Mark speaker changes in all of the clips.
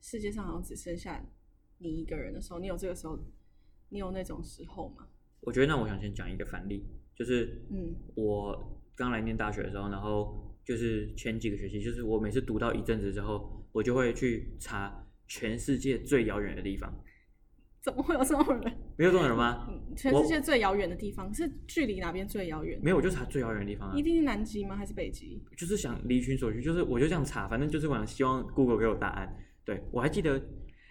Speaker 1: 世界上好像只剩下你一个人的时候，你有这个时候，你有那种时候吗？
Speaker 2: 我觉得那我想先讲一个反例，就是
Speaker 1: 嗯
Speaker 2: 我刚来念大学的时候，然后就是前几个学期，就是我每次读到一阵子之后，我就会去查全世界最遥远的地方。
Speaker 1: 怎么会有这种人？
Speaker 2: 没有这种人吗？
Speaker 1: 嗯，全世界最遥远的地方是距离哪边最遥远？
Speaker 2: 没有，我就查最遥远的地方啊
Speaker 1: 一，定是南极吗？还是北极？
Speaker 2: 就是想离群所居，就是我就这样查，反正就是我想希望 Google 给我答案。对我还记得，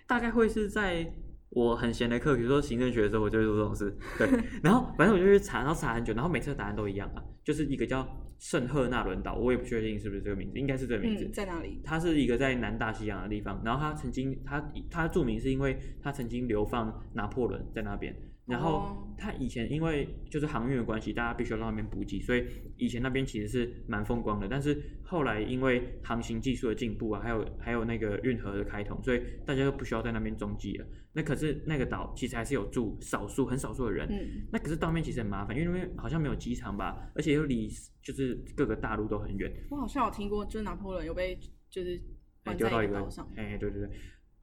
Speaker 2: 大概会是在我很闲的课，比如说行政学的时候，我就会做这种事。对，然后反正我就去查，然后查很久，然后每次的答案都一样啊，就是一个叫圣赫纳伦岛，我也不确定是不是这个名字，应该是这个名字。
Speaker 1: 嗯，在哪里？
Speaker 2: 它是一个在南大西洋的地方，然后它曾经它它著名是因为它曾经流放拿破仑在那边，然后
Speaker 1: 哦
Speaker 2: 它以前因为就是航运的关系，大家必须要到那边补给，所以以前那边其实是蛮风光的，但是后来因为航行技术的进步啊，还有还有那个运河的开通，所以大家都不需要在那边中继了。那可是那个岛其实还是有住少数很少数的人，
Speaker 1: 嗯
Speaker 2: 那可是到那边其实很麻烦，因为那边好像没有机场吧，而且又离就是各个大陆都很远。
Speaker 1: 我好像有听过，就是拿破仑有被就是
Speaker 2: 哎，
Speaker 1: 关
Speaker 2: 丢
Speaker 1: 在
Speaker 2: 到
Speaker 1: 一
Speaker 2: 一
Speaker 1: 个
Speaker 2: 个
Speaker 1: 岛上，
Speaker 2: 哎、对对对。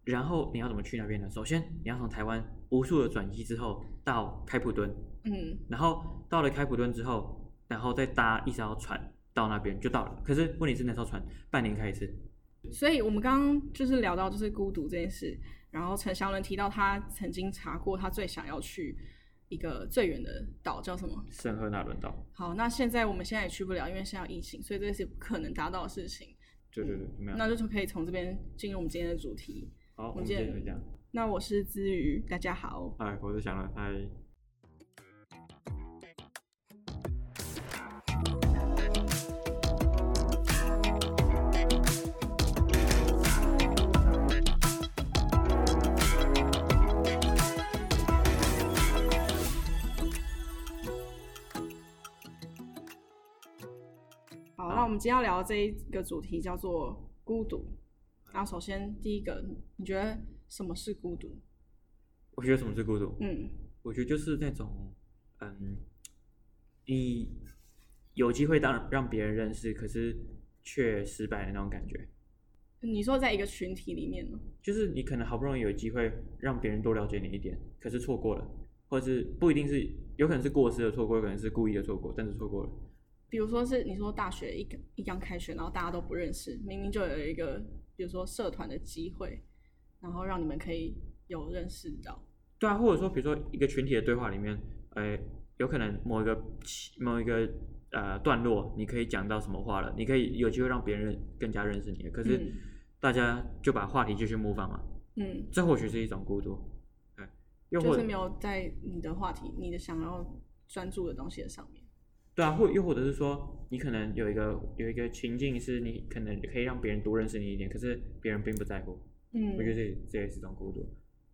Speaker 2: 然后你要怎么去那边呢？首先你要从台湾无数的转机之后到开普敦，
Speaker 1: 嗯，
Speaker 2: 然后到了开普敦之后，然后再搭一艘船到那边就到了。可是问题是那艘船半年开一次，
Speaker 1: 所以我们刚刚就是聊到就是孤独这件事，然后陈祥伦提到他曾经查过，他最想要去一个最远的岛叫什么？
Speaker 2: 圣赫纳伦岛。
Speaker 1: 好，那现在我们现在也去不了，因为现在有疫情，所以这是不可能达到的事情。
Speaker 2: 对对对，啊没
Speaker 1: 嗯
Speaker 2: 有。
Speaker 1: 那就可以从这边进入我们今天的主题。
Speaker 2: 好，我
Speaker 1: 我
Speaker 2: 们今
Speaker 1: 见
Speaker 2: 天就这样。
Speaker 1: 那我是资瑜，大家好。
Speaker 2: 哎，我是想了，嗨。
Speaker 1: 好，
Speaker 2: 好
Speaker 1: 那我们今天要聊的这一个主题叫做孤独。那首先第一个，你觉得什么是孤独？
Speaker 2: 我觉得什么是孤独？
Speaker 1: 嗯，
Speaker 2: 我觉得就是那种，嗯，你有机会让让别人认识，可是却失败的那种感觉。
Speaker 1: 你说在一个群体里面呢？哦
Speaker 2: 就是你可能好不容易有机会让别人多了解你一点，可是错过了，或者是不一定是，有可能是过失的错过，有可能是故意的错过，但是错过了。
Speaker 1: 比如说是你说大学一个一刚开学，然后大家都不认识，明明就有一个比如说社团的机会，然后让你们可以有认识到。
Speaker 2: 对啊，或者说比如说一个群体的对话里面，呃，有可能某一个某一个呃段落，你可以讲到什么话了，你可以有机会让别人更加认识你了，可是
Speaker 1: 嗯
Speaker 2: 大家就把话题继续模仿嘛，
Speaker 1: 嗯，
Speaker 2: 这或许是一种孤独，对，又
Speaker 1: 就
Speaker 2: 或
Speaker 1: 是
Speaker 2: 者
Speaker 1: 没有在你的话题、你的想要专注的东西的上面。
Speaker 2: 对啊，或又或者是说，你可能有一个有一个情境是你可能可以让别人多认识你一点，可是别人并不在乎，
Speaker 1: 嗯
Speaker 2: 我觉得这这也是一种孤独。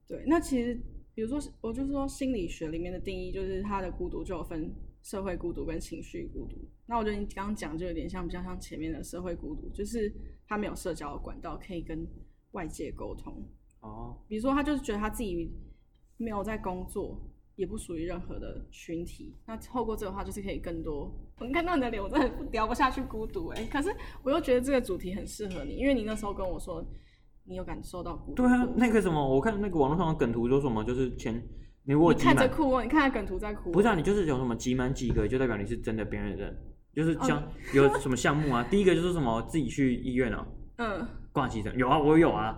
Speaker 1: 对，那其实比如说是，我就说心理学里面的定义，就是它的孤独就有分社会孤独跟情绪孤独。那我觉得你刚刚讲就有点像，比较像前面的社会孤独，就是他没有社交的管道可以跟外界沟通。
Speaker 2: 哦，
Speaker 1: 比如说，他就是觉得他自己没有在工作，也不属于任何的群体。那透过这个话，就是可以更多。我看到你的脸，我真的聊不下去孤独哎、可是我又觉得这个主题很适合你，因为你那时候跟我说，你有感受到孤独
Speaker 2: 对
Speaker 1: 过。
Speaker 2: 啊，那个什么，我看那个网络上的梗图说什么，就是前你如果
Speaker 1: 你
Speaker 2: 挤
Speaker 1: 看着
Speaker 2: 满，
Speaker 1: 哭哦，你看着梗图在哭。
Speaker 2: 不是啊，你就是有什么挤满几个，就代表你是真的别人的人，就是
Speaker 1: 哦
Speaker 2: 像、有什么项目啊，第一个就是什么自己去医院啊
Speaker 1: 嗯，
Speaker 2: 挂急诊，有啊，我有啊，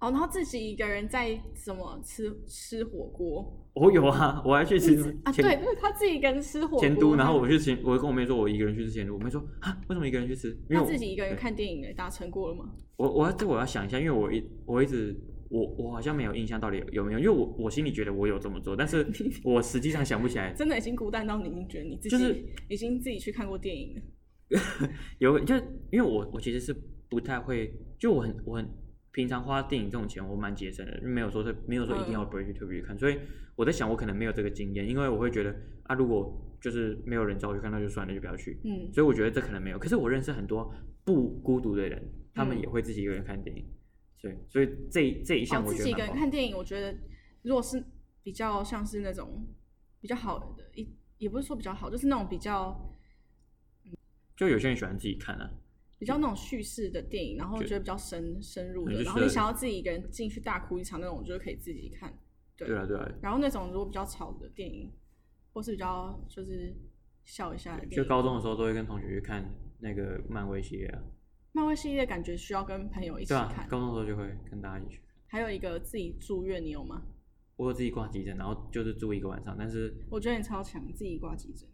Speaker 1: 哦，然后自己一个人在什么吃吃火锅
Speaker 2: 我有啊，我还去吃
Speaker 1: 啊？
Speaker 2: 前
Speaker 1: 对，对，他自己一个人吃火锅。
Speaker 2: 前都，然后我去前，我跟我妹说我一个人去吃前都，我妹说啊，为什么一个人去吃？因为
Speaker 1: 他
Speaker 2: 我
Speaker 1: 自己一个人看电影哎，达成过了吗？
Speaker 2: 我我要这我要想一下，因为我一我一直我我好像没有印象到底有有没有，因为我我心里觉得我有这么做，但 是我实际上想不起来。
Speaker 1: 真的已经孤单到你已经觉得你自己、
Speaker 2: 就是
Speaker 1: 已经自己去看过电影了。
Speaker 2: 有就是因为我我其实是不太会，就我很我很平常花电影这种钱我蛮节省的，没有说是没有说一定
Speaker 1: 嗯
Speaker 2: 要不会去特别去看，所以我在想我可能没有这个经验，因为我会觉得啊，如果就是没有人找我去看，那就算了，就不要去。
Speaker 1: 嗯，
Speaker 2: 所以我觉得这可能没有。可是我认识很多不孤独的人，他们
Speaker 1: 嗯
Speaker 2: 也会自己一个人看电影，所以所以这这一项
Speaker 1: 哦，
Speaker 2: 我
Speaker 1: 自
Speaker 2: 觉
Speaker 1: 己一
Speaker 2: 得
Speaker 1: 个
Speaker 2: 蛮好
Speaker 1: 人看电影，我觉得如果是比较像是那种比较好的，也也不是说比较好，就是那种比较
Speaker 2: 就有些人喜欢自己看啊，
Speaker 1: 比较那种叙事的电影，然后
Speaker 2: 就
Speaker 1: 觉得比较深深入
Speaker 2: 你
Speaker 1: 的，然
Speaker 2: 就觉
Speaker 1: 后你
Speaker 2: 得
Speaker 1: 想要自己一个人进去大哭一场那种，我觉得可以自己看。对
Speaker 2: 对啊对啊，
Speaker 1: 然后那种如果比较吵的电影，或是比较就是笑一下的电影，
Speaker 2: 就高中的时候都会跟同学去看那个漫威系列啊，
Speaker 1: 漫威系列感觉需要跟朋友一起
Speaker 2: 对啊
Speaker 1: 看，。
Speaker 2: 高中的时候就会跟大家一起去。
Speaker 1: 还有一个自己住院，你有吗？
Speaker 2: 我有自己挂急诊，然后就是住一个晚上，但是
Speaker 1: 我觉得你超强，自己挂急诊。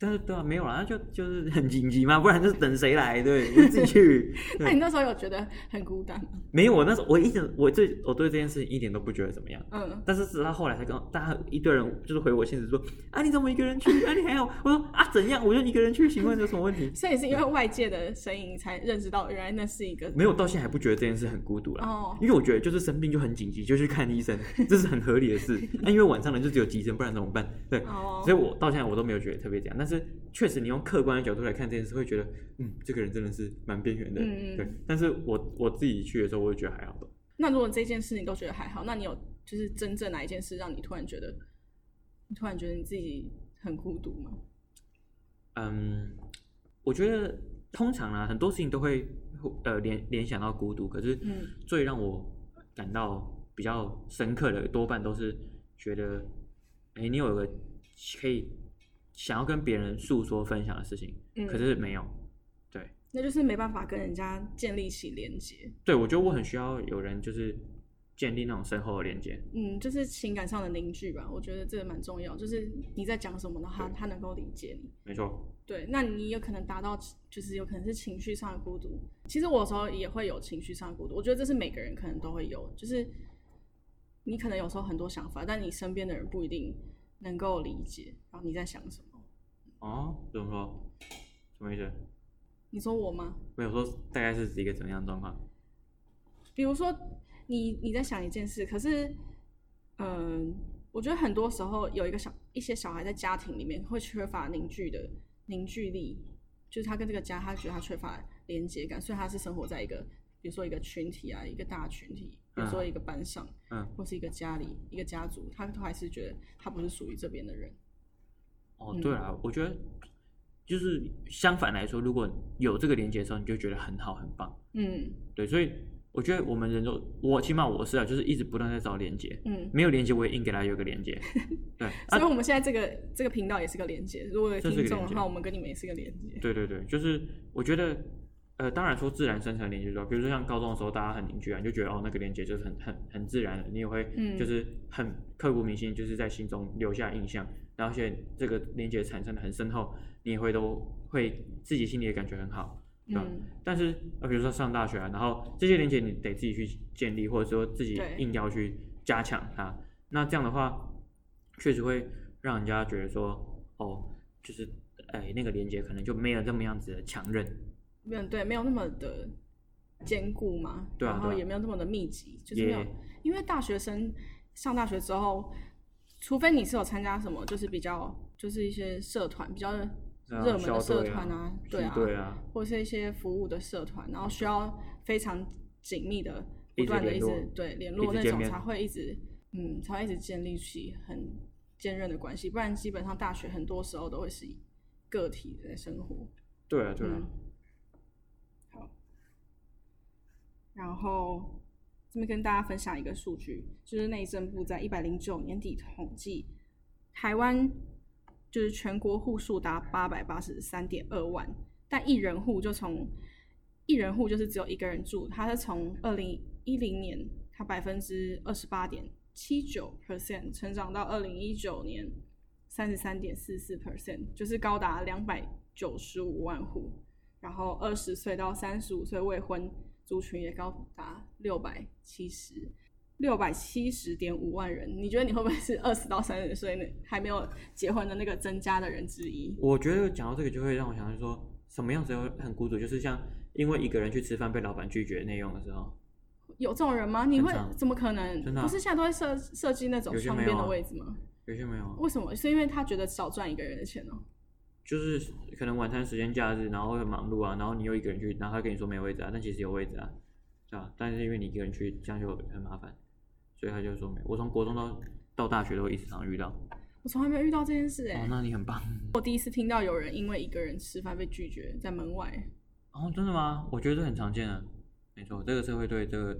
Speaker 2: 但是对啊，没有啦，那就就是 很紧急嘛，不然就是等谁来？对，你自己 去。
Speaker 1: 那你那时候有觉得很孤单吗？
Speaker 2: 没有，我那时候我一直我对我对这件事情一点都不觉得怎么样，
Speaker 1: 嗯，
Speaker 2: 但是直到后来才跟大家一堆人就是回我信息说啊你怎么一个人去？啊你还好？我说啊怎样？我就一个人去，请问有什么问题？
Speaker 1: 所以是因为外界的声音才认识到，原来那是一个
Speaker 2: 没有，到现在还不觉得这件事很孤独啦。
Speaker 1: 哦
Speaker 2: 因为我觉得就是生病就很紧急，就去看医生，这是很合理的 事。那、因为晚上人就只有急诊，不然怎么办？对，
Speaker 1: 哦
Speaker 2: 所以我到现在我都没有觉得特别这样。但是确实，你用客观的角度来看这件事，会觉得嗯，这个人真的是蛮边缘的。
Speaker 1: 嗯嗯
Speaker 2: 对，但是我我自己去的时候，我就觉得还好。
Speaker 1: 那如果这件事你都觉得还好，那你有就是真正哪一件事让你突然觉得，你突然觉得你自己很孤独吗？
Speaker 2: 嗯，我觉得通常啊，很多事情都会呃联联想到孤独，可是
Speaker 1: 嗯
Speaker 2: 最让我感到比较深刻的，多半都是觉得，哎、你有一个可以想要跟别人诉说分享的事情，
Speaker 1: 嗯
Speaker 2: 可是没有。对，
Speaker 1: 那就是没办法跟人家建立起连接，
Speaker 2: 对我觉得我很需要有人就是建立那种深厚的连接。
Speaker 1: 嗯，就是情感上的凝聚吧。我觉得这个蛮重要，就是你在讲什么，然后他
Speaker 2: 对
Speaker 1: 他能够理解你。
Speaker 2: 没错，
Speaker 1: 对，那你有可能达到，就是有可能是情绪上的孤独。其实我有时候也会有情绪上的孤独，我觉得这是每个人可能都会有，就是你可能有时候很多想法，但你身边的人不一定能够理解，然后你在想什么。
Speaker 2: 哦，怎么说？什么意思？
Speaker 1: 你说我吗？
Speaker 2: 没有说大概是一个怎么样的状况？
Speaker 1: 比如说你你在想一件事，可是，嗯、我觉得很多时候有一个小一些小孩在家庭里面会缺乏凝聚的凝聚力，就是他跟这个家，他觉得他缺乏连接感，所以他是生活在一个比如说一个群体啊，一个大群体，比如说一个班上，
Speaker 2: 嗯
Speaker 1: 或是一个家里一个家族，他都还是觉得他不是属于这边的人。
Speaker 2: 哦，
Speaker 1: 嗯
Speaker 2: 对啊，我觉得就是相反来说，如果有这个连接的时候，你就觉得很好很棒。
Speaker 1: 嗯
Speaker 2: 对，所以我觉得我们人都，我起码我是啊，就是一直不断在找连接，
Speaker 1: 嗯，
Speaker 2: 没有连接我也硬给他有个连接。对
Speaker 1: 所以
Speaker 2: 啊，
Speaker 1: 我们现在这个这个频道也是个连接，如果有
Speaker 2: 这是
Speaker 1: 听
Speaker 2: 个
Speaker 1: 众
Speaker 2: 连
Speaker 1: 的
Speaker 2: 接
Speaker 1: 话，我们跟你们也是个连接。
Speaker 2: 对对对，就是我觉得。呃，当然说自然生成的连接吧，比如说像高中的时候，大家很凝聚啊，你就觉得哦，那个连接就是很很很自然的，你也会
Speaker 1: 嗯
Speaker 2: 就是很刻骨铭心，就是在心中留下印象，然后而且这个连接产生的很深厚，你也会都会自己心里也感觉很好，对啊
Speaker 1: 嗯。
Speaker 2: 但是呃，比如说上大学、啊，然后这些连接你得自己去建立，或者说自己
Speaker 1: 对
Speaker 2: 硬要去加强它。那这样的话，确实会让人家觉得说，哦，就是哎，那个连接可能就没有这么样子的强韧。
Speaker 1: 没有对，没有那么的坚固嘛，
Speaker 2: 对啊
Speaker 1: 然后
Speaker 2: 对啊
Speaker 1: 也没有那么的密集，就是
Speaker 2: 也
Speaker 1: 没有，因为大学生上大学之后，除非你是有参加什么，就是比较就是一些社团比较
Speaker 2: 对啊
Speaker 1: 热门的社团啊，
Speaker 2: 校
Speaker 1: 对
Speaker 2: 队
Speaker 1: 啊
Speaker 2: 啊，，对啊，
Speaker 1: 或是一些服务的社团，然后需要非常紧密的不断的一
Speaker 2: 一直
Speaker 1: 直
Speaker 2: 联络
Speaker 1: 对联
Speaker 2: 一
Speaker 1: 络
Speaker 2: 直
Speaker 1: 那
Speaker 2: 见
Speaker 1: 种，
Speaker 2: 面
Speaker 1: 才会一直嗯，才会一直建立起很坚韧的关系，不然基本上大学很多时候都会是以个体的生活。
Speaker 2: 对啊，对啊。
Speaker 1: 嗯然后这边跟大家分享一个数据，就是内政部在一百零九年底统计，台湾就是全国户数达八百八十三点二万，但一人户就从一人户就是只有一个人住，它是从二零一零年它百分之二十八点七九 percent 成长到二零一九年三十三点四四 percent，就是高达两百九十五万户。然后二十岁到三十五岁未婚族群也高达六百七十六百七十点五万人。你觉得你会不会是二十到三十岁那还没有结婚的那个增加的人之一？
Speaker 2: 我觉得讲到这个，就会让我想到说，什么样子会很孤独，就是像因为一个人去吃饭被老板拒绝内用的时候，
Speaker 1: 有这种人吗？你会
Speaker 2: 很常
Speaker 1: 怎么可能？
Speaker 2: 真的啊
Speaker 1: 不是现在都会设设计那种
Speaker 2: 有些
Speaker 1: 双
Speaker 2: 没有
Speaker 1: 边的
Speaker 2: 啊
Speaker 1: 位置吗？
Speaker 2: 有些没有啊，
Speaker 1: 为什么？是因为他觉得少赚一个人的钱哦、
Speaker 2: 就是可能晚餐时间、假日，然后会忙碌啊，然后你又一个人去，然后他跟你说没位置啊，但其实有位置啊，对啊，但是因为你一个人去，这样就很麻烦，所以他就说没。我从国中到到大学都一直常遇到。哦
Speaker 1: 我从来没有遇到这件事哎、
Speaker 2: 哦，那你很棒。
Speaker 1: 我第一次听到有人因为一个人吃饭被拒绝在门外，
Speaker 2: 哦，真的吗？我觉得这很常见啊。没错，这个社会对这个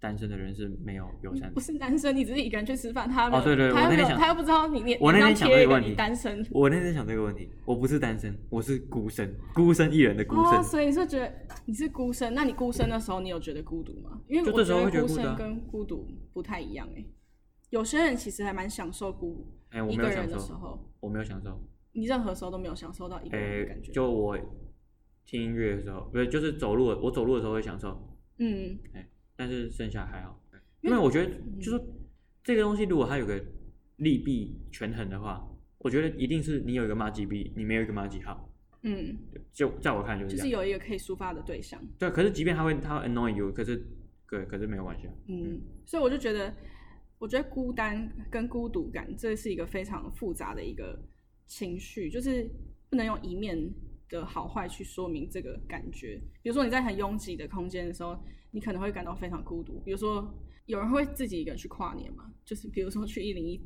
Speaker 2: 单身的人是没有友善
Speaker 1: 不
Speaker 2: 的。
Speaker 1: 是单身，你只是一个人去吃饭，他没
Speaker 2: 哦
Speaker 1: 有，
Speaker 2: 对对
Speaker 1: 他又
Speaker 2: 我那
Speaker 1: 没
Speaker 2: 天
Speaker 1: 有，
Speaker 2: 想
Speaker 1: 他又不知道你你
Speaker 2: 我那天
Speaker 1: 脸上
Speaker 2: 想
Speaker 1: 贴
Speaker 2: 这
Speaker 1: 一
Speaker 2: 个
Speaker 1: 个
Speaker 2: 问题
Speaker 1: 你单身，
Speaker 2: 我那天想这个问题，我不是单身，我是孤身，孤身一人的孤身。
Speaker 1: 哦，所以你是觉得你是孤身？那你孤身的时候，你有觉得孤独吗？因为
Speaker 2: 就
Speaker 1: 我
Speaker 2: 这时候
Speaker 1: 觉
Speaker 2: 会
Speaker 1: 得孤
Speaker 2: 觉得孤单
Speaker 1: 身
Speaker 2: 啊
Speaker 1: 跟孤独不太一样哎、有些人其实还蛮享受孤
Speaker 2: 哎、我
Speaker 1: 一
Speaker 2: 没
Speaker 1: 个
Speaker 2: 有
Speaker 1: 人
Speaker 2: 享
Speaker 1: 的时
Speaker 2: 受，
Speaker 1: 候，
Speaker 2: 我没有享受。
Speaker 1: 你任何时候都没有享受到一个人
Speaker 2: 哎、
Speaker 1: 的感觉。
Speaker 2: 就我听音乐的时候，不是就是走路的，我走路的时候会享受，
Speaker 1: 嗯，
Speaker 2: 但是剩下还好。
Speaker 1: 因为嗯
Speaker 2: 因为我觉得，就是这个东西，如果它有个利弊权衡的话，我觉得一定是你有一个骂几弊，你没有一个骂几好。
Speaker 1: 嗯，
Speaker 2: 就在我看就是
Speaker 1: 就
Speaker 2: 这样。
Speaker 1: 是有一个可以抒发的对象。
Speaker 2: 对，可是即便他会他会 annoy you，可是对，可是没有关系啊。
Speaker 1: 嗯，所以我就觉得，我觉得孤单跟孤独感这是一个非常复杂的一个情绪，就是不能用一面的好坏去说明这个感觉。比如说你在很拥挤的空间的时候，你可能会感到非常孤独。比如说有人会自己一个人去跨年嘛，就是比如说去一零一，